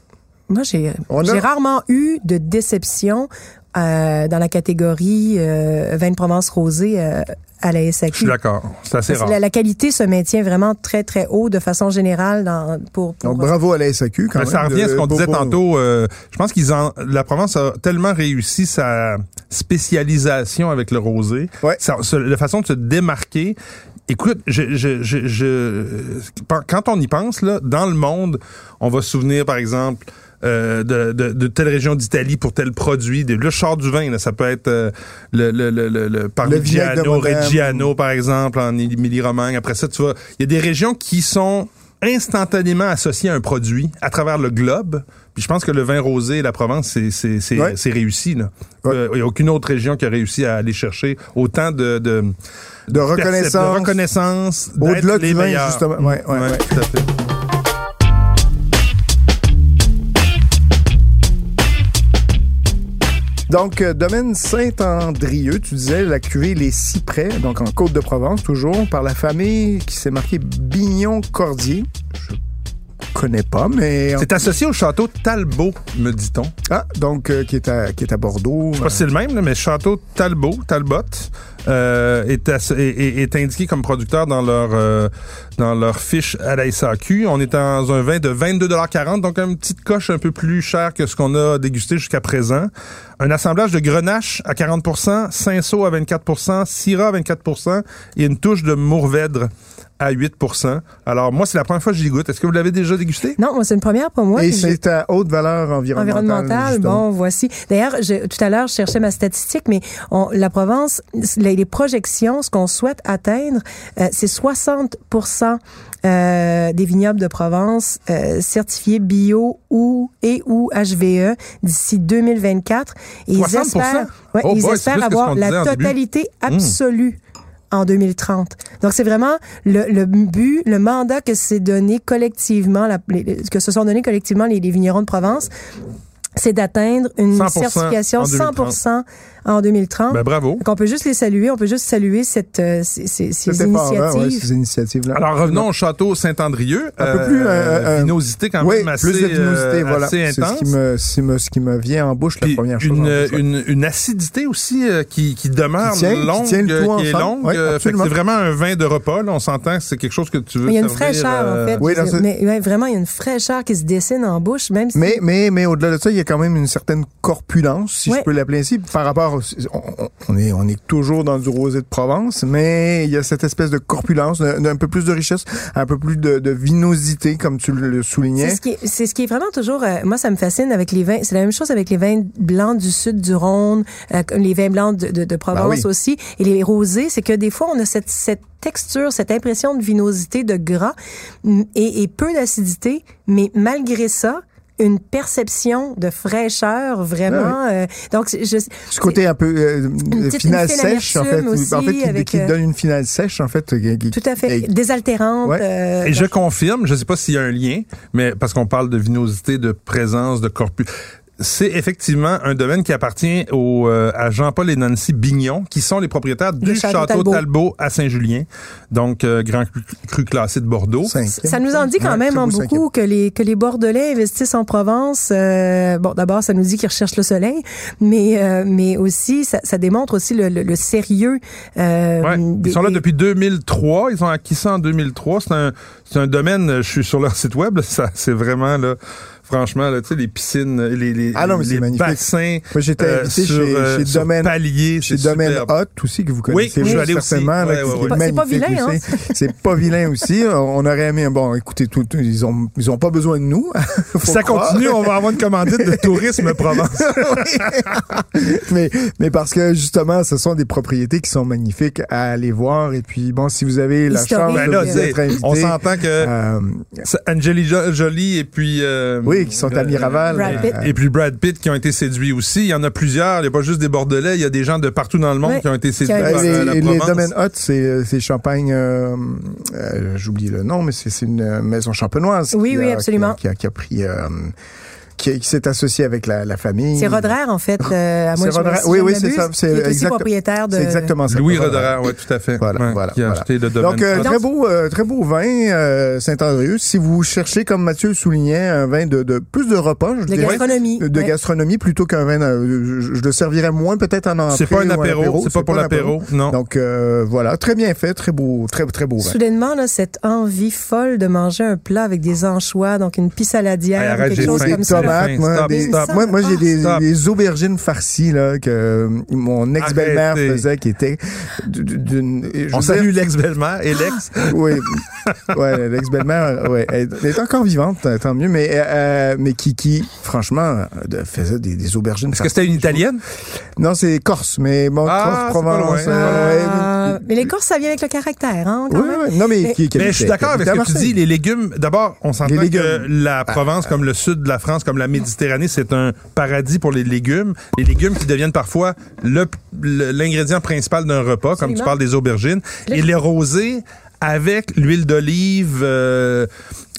Speaker 3: moi, j'ai
Speaker 4: On a-
Speaker 3: j'ai rarement eu de déception euh, dans la catégorie euh, vin de Provence rosé euh, à la SAQ.
Speaker 2: Je suis d'accord. C'est assez
Speaker 3: Mm. Parce que
Speaker 2: rare.
Speaker 3: La, la qualité se maintient vraiment très, très haut de façon générale dans, pour, pour-
Speaker 4: Donc, bravo à la SAQ. Quand
Speaker 2: Ben,
Speaker 4: même,
Speaker 2: ça revient à
Speaker 4: de-
Speaker 2: ce qu'on
Speaker 4: beau-
Speaker 2: disait
Speaker 4: beau-
Speaker 2: tantôt. euh, je pense qu'ils en, la Provence a tellement réussi sa spécialisation avec le rosé,
Speaker 4: Ouais.
Speaker 2: sa, se- la façon de se démarquer. Écoute, je, je, je, je- pen- quand on y pense, là, dans le monde, on va se souvenir, par exemple, euh, de, de, de telle région d'Italie pour tel produit. Des- Le char du vin, là, ça peut être euh, le, le, le, le, le
Speaker 4: vinaigre de
Speaker 2: Parmigiano,
Speaker 4: Modène.
Speaker 2: Reggiano, Milano, par exemple, en Émilie-Romagne. Après ça, tu vas. Il y a des régions qui sont instantanément associées à un produit à travers le globe. Puis je pense que le vin rosé et la Provence, c'est, c'est, c'est,
Speaker 4: Ouais.
Speaker 2: c'est réussi. là.
Speaker 4: Ouais.
Speaker 2: Euh, Il n'y a aucune autre région qui a réussi à aller chercher autant de. de percep-
Speaker 4: De
Speaker 2: de
Speaker 4: reconnaissance.
Speaker 2: reconnaissance d'être
Speaker 4: Au-delà
Speaker 2: les
Speaker 4: du vin,
Speaker 2: meilleurs.
Speaker 4: justement. Ouais, ouais,
Speaker 2: Ouais,
Speaker 4: ouais.
Speaker 2: tout à fait.
Speaker 4: Donc, euh, domaine Saint-Andrieux, tu disais la cuvée Les Cyprès, donc en Côte-de-Provence, toujours, par la famille qui s'est marquée Bignon-Cordier. Je connais pas, mais...
Speaker 2: C'est associé au château Talbot, me dit-on.
Speaker 4: Ah, donc, euh, qui, est à, qui est à Bordeaux.
Speaker 2: Je sais pas si c'est le même, là, mais château Talbot, Talbot, euh, est, asso- est- est- est indiqué comme producteur dans leur euh, dans leur fiche à la SAQ. On est dans un vin de 22,40 donc une petite coche un peu plus chère que ce qu'on a dégusté jusqu'à présent. Un assemblage de grenache à 40 cinceau à 24 syrah à 24 et une touche de mourvèdre à 8 Alors moi, c'est la première fois que j'y goûte. Est-ce que vous l'avez déjà dégusté?
Speaker 3: Non, moi, c'est une première pour moi.
Speaker 4: Et
Speaker 3: puis je-
Speaker 4: c'est à haute valeur environnementale.
Speaker 3: environnementale.
Speaker 4: justement.
Speaker 3: Bon, voici. D'ailleurs, je- tout à l'heure, je cherchais ma statistique, mais on- la Provence, les, les projections, ce qu'on souhaite atteindre, euh, c'est 60 euh, des vignobles de Provence euh, certifiés bio ou et ou HVE d'ici 2024. Et ils
Speaker 2: 60%?
Speaker 3: espèrent, ouais,
Speaker 2: Oh
Speaker 3: ils
Speaker 2: boy, c'est
Speaker 3: espèrent
Speaker 2: plus que ce
Speaker 3: avoir
Speaker 2: qu'on disait
Speaker 3: la
Speaker 2: en début. Hmm.
Speaker 3: totalité absolue. en 2030. Donc, c'est vraiment le, le but, le mandat que s'est donné collectivement, la- les- que se sont donnés collectivement les, les vignerons de Provence, c'est d'atteindre une
Speaker 2: 100%
Speaker 3: certification
Speaker 2: en 2030.
Speaker 3: 100% en
Speaker 2: Ben,
Speaker 3: 2030.
Speaker 2: bravo.
Speaker 3: Donc, on peut juste les saluer, on peut juste saluer cette, euh, ces, ces- ces
Speaker 4: Cet effort-là, ouais,
Speaker 3: initiatives.
Speaker 4: ces initiatives-là.
Speaker 2: Alors revenons au château Saint-Andrieux.
Speaker 4: Un peu plus, euh, euh,
Speaker 2: vinosité quand
Speaker 4: oui,
Speaker 2: même assez,
Speaker 4: plus de vinosité,
Speaker 2: euh,
Speaker 4: voilà.
Speaker 2: assez
Speaker 4: C'est ce
Speaker 2: intense.
Speaker 4: qui me, c'est me- ce qui me vient en bouche la
Speaker 2: Puis
Speaker 4: première chose. en
Speaker 2: une,
Speaker 4: bouche, ouais.
Speaker 2: une, une acidité aussi euh, qui, qui demeure
Speaker 4: Qui tient- qui
Speaker 2: longue,
Speaker 4: tient le
Speaker 2: euh,
Speaker 4: tout
Speaker 2: qui est
Speaker 4: ensemble.
Speaker 2: longue.
Speaker 4: Ouais,
Speaker 2: euh, fait que
Speaker 4: absolument.
Speaker 2: c'est vraiment un vin de repas. là. on s'entend que c'est quelque chose que tu veux
Speaker 3: Il y a une
Speaker 2: servir,
Speaker 3: fraîcheur,
Speaker 2: euh,
Speaker 3: en fait.
Speaker 4: oui, dans ce-
Speaker 3: Mais ouais, vraiment, il y a une fraîcheur qui se dessine en bouche, même si
Speaker 4: Mais, mais, mais au-delà de ça, il y a quand même une certaine corpulence, si
Speaker 3: Ouais.
Speaker 4: je peux l'appeler ainsi, par rapport, au- on, on- on est, on est toujours dans du rosé de Provence, mais il y a cette espèce de corpulence, d'un d'un peu plus de richesse, un peu plus de, de vinosité, comme tu le
Speaker 3: C'est
Speaker 4: soulignais.
Speaker 3: ce, qui est, c'est ce qui est vraiment toujours. euh, moi, ça me fascine avec les vins. C'est la même chose avec les vins blancs du sud du Rhône, euh, comme les vins blancs de, de- de Provence
Speaker 4: Ben oui.
Speaker 3: aussi, et les rosés. C'est que des fois, on a cette, cette texture, cette impression de vinosité, de gras mm, et, et peu d'acidité, mais malgré ça, une perception de fraîcheur
Speaker 4: Ben
Speaker 3: vraiment. euh, donc, c'est- je,
Speaker 4: Ce côté un peu euh,
Speaker 3: petite-
Speaker 4: finale
Speaker 3: une petite
Speaker 4: sèche, en fait,
Speaker 3: amertume aussi,
Speaker 4: en fait qui,
Speaker 3: avec,
Speaker 4: qui
Speaker 3: euh,
Speaker 4: donne une finale sèche, en fait. qui- qui-
Speaker 3: tout à fait
Speaker 4: et-
Speaker 3: désaltérante.
Speaker 4: Ouais.
Speaker 3: euh,
Speaker 2: Et je confirme, je sais pas s'il y a un lien, mais parce qu'on parle de vinosité, de présence, de corpus. C'est effectivement un domaine qui appartient au, euh, à Jean-Paul et Nancy Bignon, qui sont les propriétaires du château, Talbot. à Saint-Julien, donc euh, grand cru, cru classé de Bordeaux.
Speaker 4: cinquième.
Speaker 3: Ça nous en dit quand
Speaker 4: Ouais,
Speaker 3: même
Speaker 4: très
Speaker 3: hein,
Speaker 4: beau cinquième.
Speaker 3: beaucoup que les que les Bordelais investissent en Provence. Euh, bon, d'abord, ça nous dit qu'ils recherchent le soleil, mais euh, mais aussi ça, ça démontre aussi le, le- le sérieux. euh,
Speaker 2: Ouais.
Speaker 3: des-
Speaker 2: Ils sont là
Speaker 3: des-
Speaker 2: depuis 2003. Ils ont acquis ça en 2003. C'est un, c'est un domaine, euh, je suis sur leur site web, là, ça, c'est vraiment, là, franchement, là, tu sais, les piscines, euh, les, les,
Speaker 4: Ah non, mais c'est
Speaker 2: les
Speaker 4: magnifique.
Speaker 2: bassins
Speaker 4: Moi, j'étais
Speaker 2: euh,
Speaker 4: invité
Speaker 2: sur,
Speaker 4: chez,
Speaker 2: euh,
Speaker 4: chez
Speaker 2: sur
Speaker 4: Domaine.
Speaker 2: palier,
Speaker 4: Chez
Speaker 2: c'est
Speaker 4: Domaine
Speaker 2: superbe.
Speaker 4: Hot aussi, que vous
Speaker 2: Oui,
Speaker 4: connaissez
Speaker 2: oui, je vais aller
Speaker 4: certainement.
Speaker 2: aussi.
Speaker 4: là,
Speaker 2: Ouais,
Speaker 4: qui
Speaker 2: ouais,
Speaker 4: est
Speaker 2: ouais.
Speaker 3: C'est pas
Speaker 4: magnifique
Speaker 3: vilain, hein?
Speaker 4: aussi. C'est pas vilain aussi. On aurait aimé... Bon, écoutez, tout, tout- ils, ont, ils ont pas besoin de nous. Faut
Speaker 2: Si ça
Speaker 4: croire.
Speaker 2: continue, on va avoir une commandite de tourisme Provence.
Speaker 4: mais, mais parce que, justement, ce sont des propriétés qui sont magnifiques à aller voir. Et puis, bon, si vous avez la
Speaker 3: Historique.
Speaker 4: chance
Speaker 2: Ben
Speaker 4: de
Speaker 2: là,
Speaker 4: vous
Speaker 2: tu sais,
Speaker 4: être invité...
Speaker 2: on s'entend que
Speaker 4: euh,
Speaker 2: c'est Angelina Jolie et puis euh,
Speaker 4: oui, qui sont à euh, Miraval.
Speaker 3: Brad Pitt.
Speaker 2: Et puis Brad Pitt qui ont été séduits aussi. Il y en a plusieurs. Il n'y a pas juste des Bordelais. Il y a des gens de partout dans le monde
Speaker 3: Ouais.
Speaker 2: qui ont été séduits
Speaker 3: Qui ont
Speaker 2: par
Speaker 4: Ben,
Speaker 2: euh,
Speaker 4: les,
Speaker 2: la
Speaker 4: les
Speaker 2: Provence.
Speaker 4: domaines Hot, c'est c'est Champagne. euh, euh, J'oublie le nom, mais c'est c'est une euh, maison champenoise.
Speaker 3: Oui,
Speaker 4: qui a-
Speaker 3: oui, absolument.
Speaker 4: Qui a, qui a pris, euh, qui, qui s'est associée avec la, la famille.
Speaker 3: C'est Rodraire en fait, euh, à
Speaker 4: C'est
Speaker 3: moins que je me-
Speaker 4: Rodraire.
Speaker 3: si
Speaker 4: Oui,
Speaker 3: je
Speaker 4: oui,
Speaker 3: m'abuse,
Speaker 4: c'est ça, c'est
Speaker 3: qui est aussi
Speaker 4: exact-
Speaker 3: propriétaire de.
Speaker 4: C'est exactement ça.
Speaker 2: Louis
Speaker 4: Rodraire.
Speaker 2: Roderer, ouais, tout à fait.
Speaker 4: Voilà,
Speaker 2: Ouais,
Speaker 4: voilà,
Speaker 2: qui a
Speaker 4: voilà.
Speaker 2: acheté le domaine.
Speaker 4: Donc, euh,
Speaker 2: Provence.
Speaker 4: très beau, euh, très beau vin euh, Saint-Andréus. Si vous cherchez, comme Mathieu le soulignait, un vin de, de plus de repas, je
Speaker 3: De
Speaker 4: dirais,
Speaker 3: gastronomie.
Speaker 4: de
Speaker 3: Ouais.
Speaker 4: gastronomie plutôt qu'un vin. euh, je, je le servirais moins peut-être en entrée.
Speaker 2: C'est pas un
Speaker 4: ou en
Speaker 2: apéro, c'est pas pour
Speaker 4: un
Speaker 2: l'apéro, non.
Speaker 4: Donc euh, voilà, très bien fait, très beau, très très beau vin.
Speaker 3: Soudainement, là, cette envie folle de manger un plat avec des anchois, donc une
Speaker 2: Hey,
Speaker 3: pissaladière,
Speaker 2: arrête,
Speaker 3: quelque
Speaker 2: j'ai
Speaker 3: chose
Speaker 2: faim.
Speaker 3: comme ça.
Speaker 2: Stop,
Speaker 4: tomates, moi,
Speaker 2: stop,
Speaker 4: des-
Speaker 2: stop.
Speaker 4: moi, moi, j'ai des,
Speaker 2: Stop.
Speaker 4: des aubergines farcies là que euh, mon ex-belle-mère
Speaker 2: Arrêtez.
Speaker 4: faisait, qui était d- d- d'une. je Ah.
Speaker 2: On
Speaker 4: veux dire-
Speaker 2: salue l'ex-belle-mère et l'ex.
Speaker 4: oui, ouais, l'ex-belle-mère, ouais, elle elle est encore vivante, tant mieux, mais euh, mais qui qui, franchement, euh, faisait des, des aubergines.
Speaker 2: Est-ce que c'était une italienne?
Speaker 4: farcies. Non, c'est Corse, mais bon,
Speaker 2: Ah,
Speaker 4: Corse,
Speaker 2: c'est pas
Speaker 4: Provence.
Speaker 2: loin.
Speaker 4: euh,
Speaker 3: Ah, mais les courses, ça vient avec le caractère, hein,
Speaker 4: oui,
Speaker 3: quand même.
Speaker 4: oui, non, mais qui, qui
Speaker 2: Mais Ben, je suis
Speaker 4: habitait-
Speaker 2: d'accord
Speaker 4: qui
Speaker 2: avec
Speaker 4: habitait
Speaker 2: ce
Speaker 4: à
Speaker 2: que tu
Speaker 4: Marseille.
Speaker 2: dis. Les légumes, d'abord, on s'entend
Speaker 4: Les légumes. Ah,
Speaker 2: que la Provence, comme le sud de la France, comme la Méditerranée, c'est un paradis pour les légumes. Les légumes qui deviennent parfois le- le- l'ingrédient principal d'un repas, comme tu
Speaker 3: Absolument.
Speaker 2: parles des aubergines. Et les rosés avec l'huile d'olive, euh,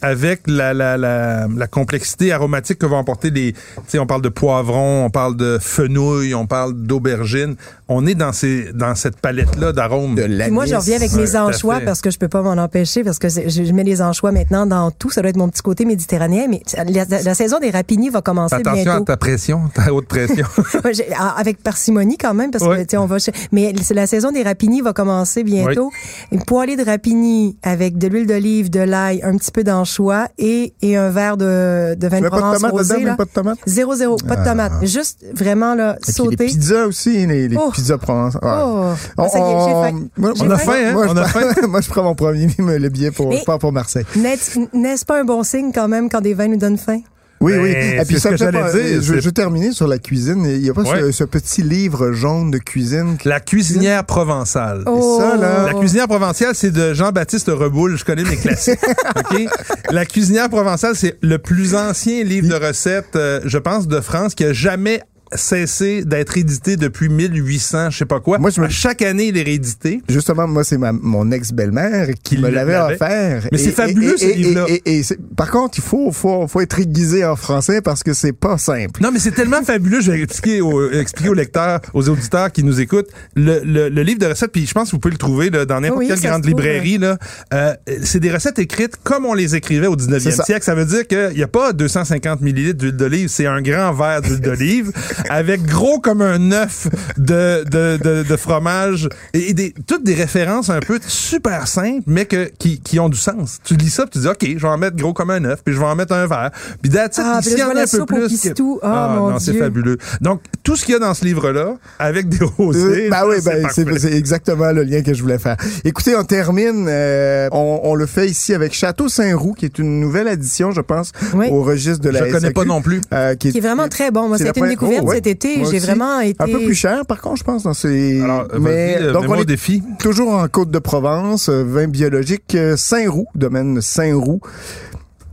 Speaker 2: avec la, la, la, la complexité aromatique que va emporter les... Tu sais, on parle de poivron, on parle de fenouil, on parle d'aubergine. On est dans, ces, dans cette palette-là d'arômes.
Speaker 4: De l'anis.
Speaker 3: Puis moi, je reviens avec
Speaker 2: Ouais,
Speaker 3: mes
Speaker 2: tout à
Speaker 3: anchois
Speaker 2: fait.
Speaker 3: parce que je peux pas m'en empêcher parce que c'est- je, je mets les anchois maintenant dans tout. Ça doit être mon petit côté méditerranéen, mais la, la- la saison des rapinis va commencer
Speaker 2: Fais Attention à
Speaker 3: bientôt.
Speaker 2: ta pression, ta haute pression.
Speaker 3: Ouais, j'ai- ah, avec parcimonie quand même parce
Speaker 2: Ouais.
Speaker 3: que tu sais, on va chez- mais c'est- la saison des rapinis va commencer bientôt. Une poêlée de rapini avec de l'huile d'olive, de l'ail, un petit peu d'anchois et, et un verre de de vin de
Speaker 4: Mais pas de
Speaker 3: Provence
Speaker 4: tomate
Speaker 3: rosé
Speaker 4: dedans,
Speaker 3: là.
Speaker 4: même pas de tomate.
Speaker 3: Zéro zéro,
Speaker 2: Ah.
Speaker 3: pas de tomate, juste vraiment là
Speaker 4: Et puis les
Speaker 3: sauter.
Speaker 4: pizzas aussi, les, les
Speaker 3: Oh.
Speaker 4: pizzas provençales. Ouais.
Speaker 3: Oh. Ah, ça y est, j'ai faim.
Speaker 4: moi-
Speaker 3: J'ai
Speaker 2: On a
Speaker 3: faim.
Speaker 2: faim, hein?
Speaker 4: Moi, je
Speaker 2: On a
Speaker 4: prends- moi, je prends mon premier le billet pour,
Speaker 3: Mais-
Speaker 4: je pars pour Marseille.
Speaker 3: N'est-ce n'est-ce pas un bon signe quand même quand des vins nous donnent faim?
Speaker 4: Oui,
Speaker 2: Ben,
Speaker 4: oui.
Speaker 2: c'est
Speaker 4: Et puis
Speaker 2: ce
Speaker 4: ça
Speaker 2: que
Speaker 4: me fait
Speaker 2: j'allais
Speaker 4: pas-
Speaker 2: dire,
Speaker 4: Je
Speaker 2: c'est-
Speaker 4: vais juste terminer sur la cuisine. Il n'y a pas ce-
Speaker 2: Ouais.
Speaker 4: ce, petit livre jaune de cuisine. qui-
Speaker 2: La cuisinière provençale.
Speaker 3: Oh.
Speaker 4: ça, là.
Speaker 2: La cuisinière provençale, c'est de Jean-Baptiste Reboul. Je connais mes classiques. OK? La cuisinière provençale, c'est le plus ancien livre de recettes, euh, je pense, de France qui a jamais cessé d'être édité depuis 1800, je sais pas quoi.
Speaker 4: Moi, je me-
Speaker 2: À Chaque année, il est réédité.
Speaker 4: Justement, moi, c'est ma- mon ex-belle-mère qui
Speaker 2: Qui
Speaker 4: me l'avait
Speaker 2: l'avait.
Speaker 4: offert.
Speaker 2: Mais
Speaker 4: Et-
Speaker 2: c'est
Speaker 4: et-
Speaker 2: fabuleux,
Speaker 4: et-
Speaker 2: ce
Speaker 4: et-
Speaker 2: livre-là.
Speaker 4: et- et- et c'est- par contre, il faut, faut, faut être aiguisé en français parce que c'est pas simple.
Speaker 2: Non, mais c'est tellement fabuleux. Je vais expliquer aux, expliquer aux lecteurs, aux auditeurs qui nous écoutent. Le, le- le livre de recettes, puis je pense que vous pouvez le trouver là, dans n'importe
Speaker 3: Oui,
Speaker 2: quelle
Speaker 3: ça se
Speaker 2: grande
Speaker 3: trouve,
Speaker 2: librairie. Là, Euh, c'est des recettes écrites comme on les écrivait au 19e
Speaker 4: C'est ça.
Speaker 2: siècle. Ça veut dire qu'il n'y a pas 250 millilitres d'huile d'olive, c'est un grand verre d'huile d'olive avec gros comme un œuf de, de, de, de fromage et, et des, toutes des références un peu super simples, mais que, qui, qui ont du sens. Tu lis ça, puis tu dis, OK, je vais en mettre gros comme un œuf, puis je vais en mettre un verre. Puis that's it.
Speaker 3: Ah,
Speaker 2: S'il
Speaker 3: puis
Speaker 2: y
Speaker 3: là,
Speaker 2: en
Speaker 3: je vois
Speaker 2: a
Speaker 3: la
Speaker 2: un peu
Speaker 3: soupe au
Speaker 2: plus.
Speaker 3: pistou.
Speaker 2: que-
Speaker 3: Ah, mon
Speaker 2: non, c'est
Speaker 3: Dieu.
Speaker 2: fabuleux. Donc, tout ce qu'il y a dans ce livre-là, avec des
Speaker 4: Euh,
Speaker 2: rosés.
Speaker 4: bah oui,
Speaker 2: c'est
Speaker 4: ben,
Speaker 2: parfait.
Speaker 4: c'est c'est exactement le lien que je voulais faire. Écoutez, on termine. euh, on, on le fait ici avec Château Saint-Roux, qui est une nouvelle addition, je pense,
Speaker 3: Oui.
Speaker 4: au registre de la
Speaker 2: Je connais pas
Speaker 4: SAQ,
Speaker 2: non plus.
Speaker 4: euh, qui, est,
Speaker 3: qui est vraiment très bon. Moi,
Speaker 4: c'est
Speaker 3: ça a
Speaker 4: la
Speaker 3: été une
Speaker 4: première-
Speaker 3: découverte
Speaker 4: Oh, ouais.
Speaker 3: cet été.
Speaker 4: Moi
Speaker 3: J'ai
Speaker 4: aussi.
Speaker 3: vraiment été.
Speaker 4: un peu plus cher, par contre, je pense, dans ces...
Speaker 2: Alors,
Speaker 4: mais,
Speaker 2: vas-y, euh,
Speaker 4: donc,
Speaker 2: mets-moi
Speaker 4: on
Speaker 2: au
Speaker 4: est
Speaker 2: défi.
Speaker 4: toujours en Côte-de-Provence, euh, vin biologique euh, Saint-Roux, domaine Saint-Roux.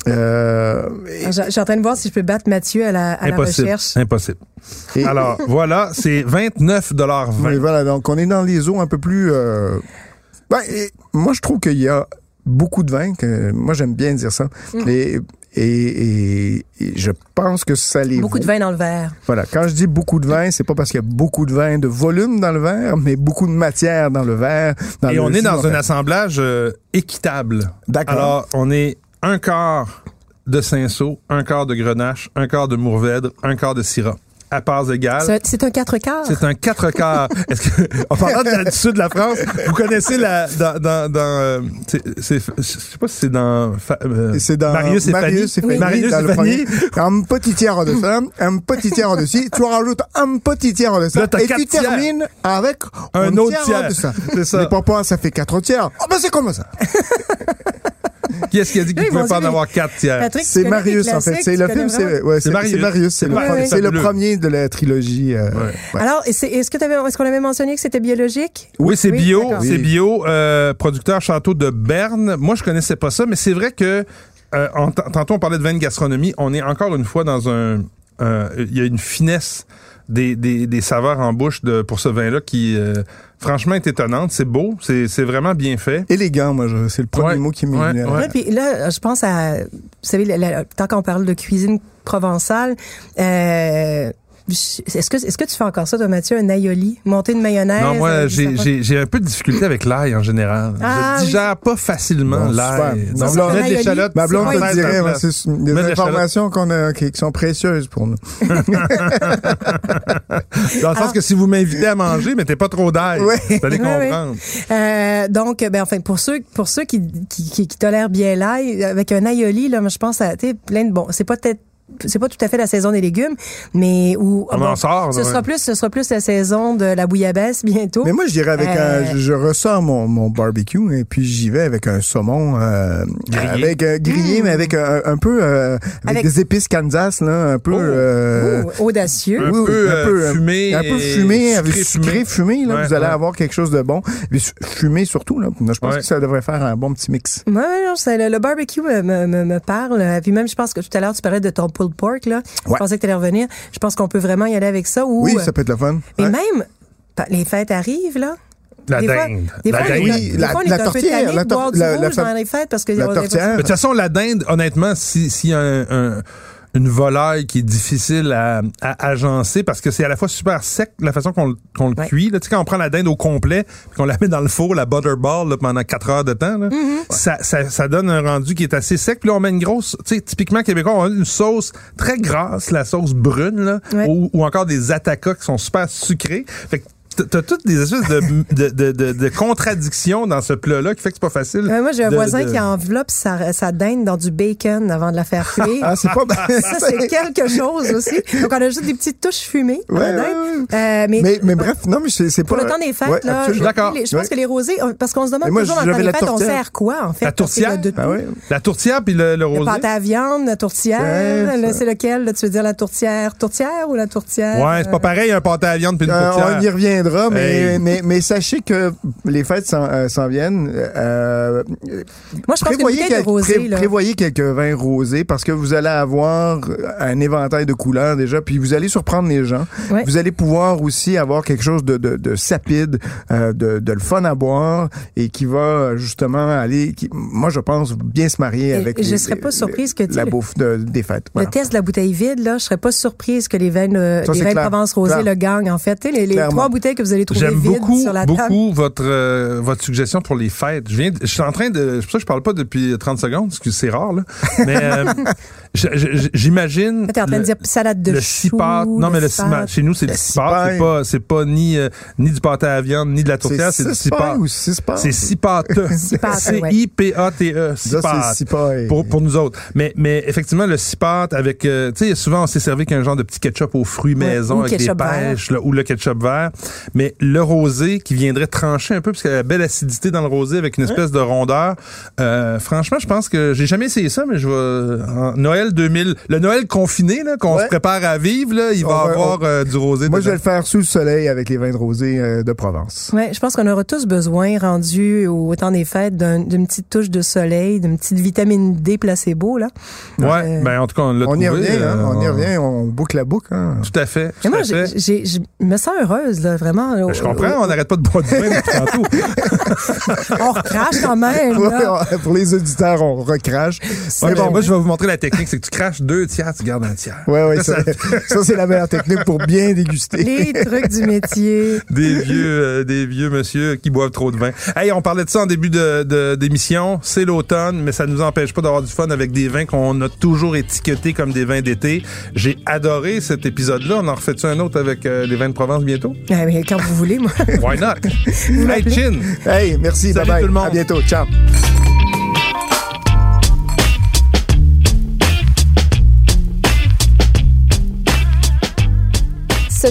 Speaker 4: Euh,
Speaker 3: Je, je suis en train de voir si je peux battre Mathieu à la, à la
Speaker 2: Impossible.
Speaker 3: recherche.
Speaker 2: Impossible.
Speaker 4: et- et-
Speaker 2: Alors, voilà, c'est 29,20
Speaker 4: Oui, voilà, donc on est dans les eaux un peu plus. euh, ben, et moi, je trouve qu'il y a beaucoup de vins. Que, moi, j'aime bien dire ça.
Speaker 2: Mhm.
Speaker 4: Et, et, et- et je pense que ça les.
Speaker 3: Beaucoup
Speaker 4: vaut.
Speaker 3: de vin dans le verre.
Speaker 4: Voilà. Quand je dis beaucoup de vin, c'est pas parce qu'il y a beaucoup de vin de volume dans le verre, mais beaucoup de matière dans le verre. dans
Speaker 2: Et
Speaker 4: le
Speaker 2: on est
Speaker 4: jus,
Speaker 2: dans
Speaker 4: enfin.
Speaker 2: un assemblage euh, équitable.
Speaker 4: D'accord.
Speaker 2: Alors, on est un quart de cinceau, un quart de grenache, un quart de mourvèdre, un quart de syrah. À parts égales.
Speaker 3: C'est- C'est un quatre quarts.
Speaker 2: Ah. C'est euh, un quatre quarts. Est-ce que, en parlant de la, du sud de la France, vous connaissez la, dans, dans, dans euh, c'est, c'est, je sais pas si c'est dans, fa- euh,
Speaker 4: C'est dans
Speaker 2: Marius et Fanny.
Speaker 4: Marius et Fanny,
Speaker 2: Marius
Speaker 4: dans
Speaker 2: et
Speaker 4: le
Speaker 2: Fanny.
Speaker 4: premier. Un petit tiers de ça, un petit tiers de ci. Tu rajoutes un petit tiers de ça.
Speaker 2: Là, t'as
Speaker 4: et
Speaker 2: quatre
Speaker 4: tu
Speaker 2: tiers.
Speaker 4: termines avec
Speaker 2: Un autre tiers.
Speaker 4: de ça.
Speaker 2: C'est ça.
Speaker 4: Mais pourquoi ça fait quatre tiers? Oh, ben, c'est comme ça.
Speaker 2: Qui est-ce qui a dit qu'il
Speaker 3: Oui,
Speaker 2: pouvait
Speaker 3: mon
Speaker 2: pas en
Speaker 3: Dieu,
Speaker 2: avoir quatre tiers?
Speaker 3: Patrick, tu
Speaker 4: C'est
Speaker 3: connais les
Speaker 4: Marius, en fait.
Speaker 3: classiques,
Speaker 4: C'est
Speaker 3: tu
Speaker 4: le
Speaker 3: connais
Speaker 4: film,
Speaker 3: vraiment.
Speaker 4: c'est, ouais, c'est,
Speaker 2: Marius.
Speaker 4: c'est Marius. C'est, le,
Speaker 2: Ouais,
Speaker 4: premier-
Speaker 2: ouais.
Speaker 4: c'est le
Speaker 2: Fabuleux.
Speaker 4: premier de la trilogie. euh, ouais.
Speaker 3: Alors, et c'est- est-ce que t'avais- est-ce qu'on avait mentionné que c'était biologique?
Speaker 2: Oui, c'est
Speaker 3: Oui,
Speaker 2: bio,
Speaker 3: d'accord.
Speaker 2: c'est
Speaker 4: Oui.
Speaker 2: bio, euh, producteur château de Berne. Moi, je connaissais pas ça, mais c'est vrai que euh, en- tantôt on parlait de vin de gastronomie, on est encore une fois dans un, euh, il y a une finesse des, des, des saveurs en bouche de, pour ce vin-là qui, euh, franchement, est étonnante. C'est beau, c'est c'est vraiment bien fait.
Speaker 4: Élégant, moi, je- c'est le premier
Speaker 2: Ouais,
Speaker 4: mot qui m'est
Speaker 2: ouais,
Speaker 4: venu. à la
Speaker 2: ouais.
Speaker 3: Ouais, puis là, je pense à, vous savez, la- la- tant qu'on parle de cuisine provençale, euh, je- est-ce que, est-ce que tu fais encore ça, toi, Mathieu, un aioli, monter de mayonnaise?
Speaker 2: Non,
Speaker 3: euh,
Speaker 2: moi, j'ai-
Speaker 3: du-
Speaker 2: j'ai j'ai un peu de difficulté avec l'ail en général.
Speaker 3: Ah,
Speaker 2: je
Speaker 3: oui.
Speaker 2: digère pas facilement
Speaker 4: Bon,
Speaker 2: l'ail.
Speaker 4: super.
Speaker 2: Donc,
Speaker 4: Ma blonde-
Speaker 2: mettre
Speaker 3: Aioli,
Speaker 2: l'échalote,
Speaker 4: Ma blonde
Speaker 2: c'est
Speaker 3: Ouais,
Speaker 4: te
Speaker 2: pas
Speaker 4: dirait,
Speaker 2: mal,
Speaker 4: ouais,
Speaker 2: ça.
Speaker 4: c'est des
Speaker 2: Mais de la
Speaker 4: informations qu'on a, qui, qui sont précieuses pour nous.
Speaker 2: Dans
Speaker 4: Ah.
Speaker 2: le sens que si vous m'invitez à manger, mettez pas trop d'ail.
Speaker 4: Ouais.
Speaker 2: Vous allez
Speaker 3: Ouais, ouais.
Speaker 2: comprendre.
Speaker 3: Euh, donc, ben, enfin, pour ceux, pour ceux qui, qui, qui, qui tolèrent bien l'ail, avec un aioli, là, moi, je pense à, tu sais, plein de, bon, c'est pas peut-être c'est pas tout à fait la saison des légumes, mais où
Speaker 2: Ah, On en sort,
Speaker 3: Ah ce
Speaker 2: là,
Speaker 3: sera
Speaker 2: ouais.
Speaker 3: plus ce sera plus la saison de la bouillabaisse bientôt.
Speaker 4: Mais moi, je dirais avec
Speaker 3: Euh,
Speaker 4: un, je- je ressors mon, mon barbecue et puis j'y vais avec un saumon euh,
Speaker 2: Grillé.
Speaker 4: avec euh, grillé, mais avec un, un peu euh, avec,
Speaker 3: Avec-
Speaker 4: des épices Kansas là, un peu.
Speaker 2: Oh.
Speaker 4: euh,
Speaker 3: Ouh, audacieux.
Speaker 2: Un
Speaker 4: oui, oui,
Speaker 2: peu, euh,
Speaker 4: euh,
Speaker 2: fumé
Speaker 4: un peu
Speaker 2: et
Speaker 4: fumé,
Speaker 2: sucré
Speaker 4: avec
Speaker 2: fumé.
Speaker 4: sucré fumé. là,
Speaker 2: Ouais,
Speaker 4: vous allez
Speaker 2: ouais.
Speaker 4: avoir quelque chose de bon. Mais su- fumé surtout. Là, je pense
Speaker 2: Ouais.
Speaker 4: que ça devrait faire un bon petit mix.
Speaker 3: Ouais, ouais, non, c'est le, le barbecue me, me, me- me parle. Euh, Puis même, je pense que tout à l'heure, tu parlais de ton pulled pork, là. Je
Speaker 4: Ouais.
Speaker 3: pensais que tu allais revenir. Je pense qu'on peut vraiment y aller avec ça. Ou,
Speaker 4: Oui,
Speaker 3: euh,
Speaker 4: ça peut être le fun.
Speaker 3: Mais
Speaker 4: Ouais.
Speaker 3: même, pa- les fêtes arrivent, là.
Speaker 2: La
Speaker 3: des fois-
Speaker 2: dinde.
Speaker 3: Des
Speaker 2: La
Speaker 3: fois, on est-
Speaker 2: dinde.
Speaker 3: des
Speaker 4: La-
Speaker 3: fois, on est
Speaker 4: la
Speaker 3: un peu
Speaker 4: tortillère,
Speaker 3: tanné de
Speaker 4: la tor-
Speaker 3: boire du
Speaker 4: la- la
Speaker 3: rouge
Speaker 4: fa-
Speaker 3: dans les fêtes parce que
Speaker 4: la
Speaker 3: on a
Speaker 4: tortillère.
Speaker 2: Mais De toute façon, la dinde, honnêtement, si, si un, un- une volaille qui est difficile à, à agencer parce que c'est à la fois super sec la façon qu'on, le- qu'on le
Speaker 3: Ouais.
Speaker 2: cuit. Là, tu sais, quand on prend la dinde au complet puis qu'on la met dans le four, la butterball, là, pendant 4 heures de temps,
Speaker 3: Mm-hmm.
Speaker 2: là, ça, ça, ça donne un rendu qui est assez sec. Puis là, on met une grosse, tu sais, typiquement québécois, on a une sauce très grasse, la sauce brune, là,
Speaker 3: Ouais.
Speaker 2: ou, ou encore des attaquas qui sont super sucrés. Fait que t'as- T'as toutes des espèces de, de, de, de- de contradictions dans ce plat-là qui fait que c'est pas facile.
Speaker 3: Ouais, euh, moi, j'ai un
Speaker 2: de-
Speaker 3: voisin
Speaker 2: de-
Speaker 3: qui enveloppe sa, sa dinde dans du bacon avant de la faire cuire.
Speaker 4: Ah, c'est pas
Speaker 3: Ça, c'est quelque chose aussi. Donc, on a juste des petites touches fumées. à
Speaker 4: Ouais,
Speaker 3: la dinde.
Speaker 4: ouais, ouais.
Speaker 3: Euh, mais,
Speaker 4: mais, mais bref, non, mais c'est c'est pas.
Speaker 3: pour le temps des fêtes,
Speaker 4: Euh, Ouais,
Speaker 3: là,
Speaker 4: absolument.
Speaker 2: D'accord.
Speaker 3: les- je pense
Speaker 4: Ouais.
Speaker 3: que les rosés, on- parce qu'on se demande
Speaker 4: Mais moi,
Speaker 3: toujours dans
Speaker 4: j'avais
Speaker 3: les
Speaker 4: la
Speaker 3: fêtes, on
Speaker 4: tortillère.
Speaker 3: sert quoi, en fait?
Speaker 2: La
Speaker 3: Parce qu'il y a
Speaker 2: tourtière?
Speaker 3: de tout.
Speaker 4: Ah ouais.
Speaker 2: La tourtière puis le, le
Speaker 3: Le
Speaker 2: rosé.
Speaker 3: pâte à viande, la tourtière,
Speaker 4: Ouais,
Speaker 3: là,
Speaker 4: ça.
Speaker 3: c'est lequel? là, tu veux dire la tourtière, tourtière ou la tourtière? euh?
Speaker 2: Ouais, c'est pas pareil un pâté à viande puis une
Speaker 4: Euh,
Speaker 2: tourtière.
Speaker 4: on y reviendra, mais,
Speaker 2: Hey.
Speaker 4: mais, mais sachez que les fêtes s'en euh, s'en viennent. euh,
Speaker 3: Moi, je pense qu'une
Speaker 4: prévoyez,
Speaker 3: bouteille
Speaker 4: quel-
Speaker 3: de rosé,
Speaker 4: pré-
Speaker 3: là.
Speaker 4: prévoyez quelques vins rosés parce que vous allez avoir un éventail de couleurs déjà, puis vous allez surprendre les gens.
Speaker 3: Ouais.
Speaker 4: Vous allez pouvoir aussi avoir quelque chose de, de, de sapide, euh, de, de le fun à boire et qui va justement aller, qui, moi je pense, bien se marier
Speaker 3: Et
Speaker 4: avec
Speaker 3: je
Speaker 4: les-
Speaker 3: serais pas
Speaker 4: les-
Speaker 3: surprise que tu-
Speaker 4: la bouffe de- des fêtes. Voilà.
Speaker 3: Le test de la bouteille vide, là, je serais pas surprise que les vins de,
Speaker 4: Ça,
Speaker 3: les
Speaker 4: c'est
Speaker 3: vins de
Speaker 4: clair.
Speaker 3: Provence rosée
Speaker 4: Clair.
Speaker 3: le gagnent, en fait. Tu sais, Les, les
Speaker 4: Clairement.
Speaker 3: trois bouteilles que vous allez trouver
Speaker 2: J'aime
Speaker 3: vides
Speaker 2: beaucoup,
Speaker 3: sur la table.
Speaker 2: beaucoup votre euh, votre suggestion pour les fêtes. Je viens, de- je suis en train de, c'est pour ça que je parle pas depuis 30 secondes, parce que c'est rare là. Mais euh, je- je- j'imagine.
Speaker 3: Là, T'es en train
Speaker 2: le-
Speaker 3: de dire salade de
Speaker 2: le
Speaker 3: choux,
Speaker 2: cipat. Non, mais le cipat. Chez nous, c'est
Speaker 4: Le
Speaker 2: le cipat. C'est
Speaker 4: cipaille.
Speaker 2: pas, c'est pas ni, euh, ni du pâté à la viande, ni de la tourtière, c'est du
Speaker 4: six pailles
Speaker 2: cipat.
Speaker 4: ou six pailles?
Speaker 2: C'est cipateux.
Speaker 3: Cipateux, ouais.
Speaker 2: C-I-P-A-T-E.
Speaker 4: Ça,
Speaker 2: cipat.
Speaker 4: c'est six pailles.
Speaker 2: pour, pour nous autres. Mais, mais effectivement, le cipat avec, euh, tu sais, souvent on s'est servi avec un genre de petit ketchup aux fruits
Speaker 3: Ouais, ou
Speaker 2: maison avec des
Speaker 3: ketchup vert.
Speaker 2: pêches là, ou le ketchup vert. Mais le rosé qui viendrait trancher un peu parce qu'il y a la belle acidité dans le rosé avec une espèce de rondeur. Euh, franchement, je pense que j'ai jamais essayé ça, mais je vais en Noël 2000, le Noël confiné là qu'on
Speaker 4: Ouais.
Speaker 2: se prépare à vivre là, il
Speaker 4: On
Speaker 2: va
Speaker 4: va-
Speaker 2: avoir
Speaker 4: on-
Speaker 2: euh, du rosé.
Speaker 4: Moi, je
Speaker 2: dedans.
Speaker 4: vais le faire sous le soleil avec les vins de rosé euh, de Provence.
Speaker 3: Ouais, je pense qu'on aura tous besoin, rendu au temps des fêtes, d'un- d'une petite touche de soleil, d'une petite vitamine D placebo, là.
Speaker 2: Ouais,
Speaker 3: Euh,
Speaker 2: ben en tout cas on l'a
Speaker 4: On y
Speaker 2: trouvé,
Speaker 4: revient, hein,
Speaker 2: euh,
Speaker 4: on y revient, on boucle la boucle. Hein.
Speaker 2: Tout à fait.
Speaker 3: Mais
Speaker 2: tout
Speaker 3: moi,
Speaker 2: à fait.
Speaker 3: j'ai- j'ai- je me sens heureuse, là, vraiment.
Speaker 2: Ben, je comprends, on n'arrête pas de boire du vin depuis tantôt.
Speaker 3: On recrache quand même, là.
Speaker 4: Pour les auditeurs, on recrache.
Speaker 2: Ouais,
Speaker 4: C'est
Speaker 2: mais
Speaker 4: bon.
Speaker 2: Moi, je vais vous montrer la technique. C'est que tu craches deux tiers, tu gardes un tiers.
Speaker 4: Ouais, ouais, ça, ça, c'est la meilleure technique pour bien déguster.
Speaker 3: Les trucs du métier.
Speaker 2: Des vieux, euh, des vieux monsieur qui boivent trop de vin. Hey, on parlait de ça en début de, de- d'émission. C'est l'automne, mais ça ne nous empêche pas d'avoir du fun avec des vins qu'on a toujours étiquetés comme des vins d'été. J'ai adoré cet épisode-là. On en refait un autre avec euh, les vins de Provence bientôt?
Speaker 3: Ah, mais quand vous voulez, moi.
Speaker 2: Why not? hey, Chin!
Speaker 4: Hey, merci,
Speaker 2: Salut
Speaker 4: bye bye.
Speaker 2: tout le monde.
Speaker 4: À bientôt, ciao.
Speaker 1: Ce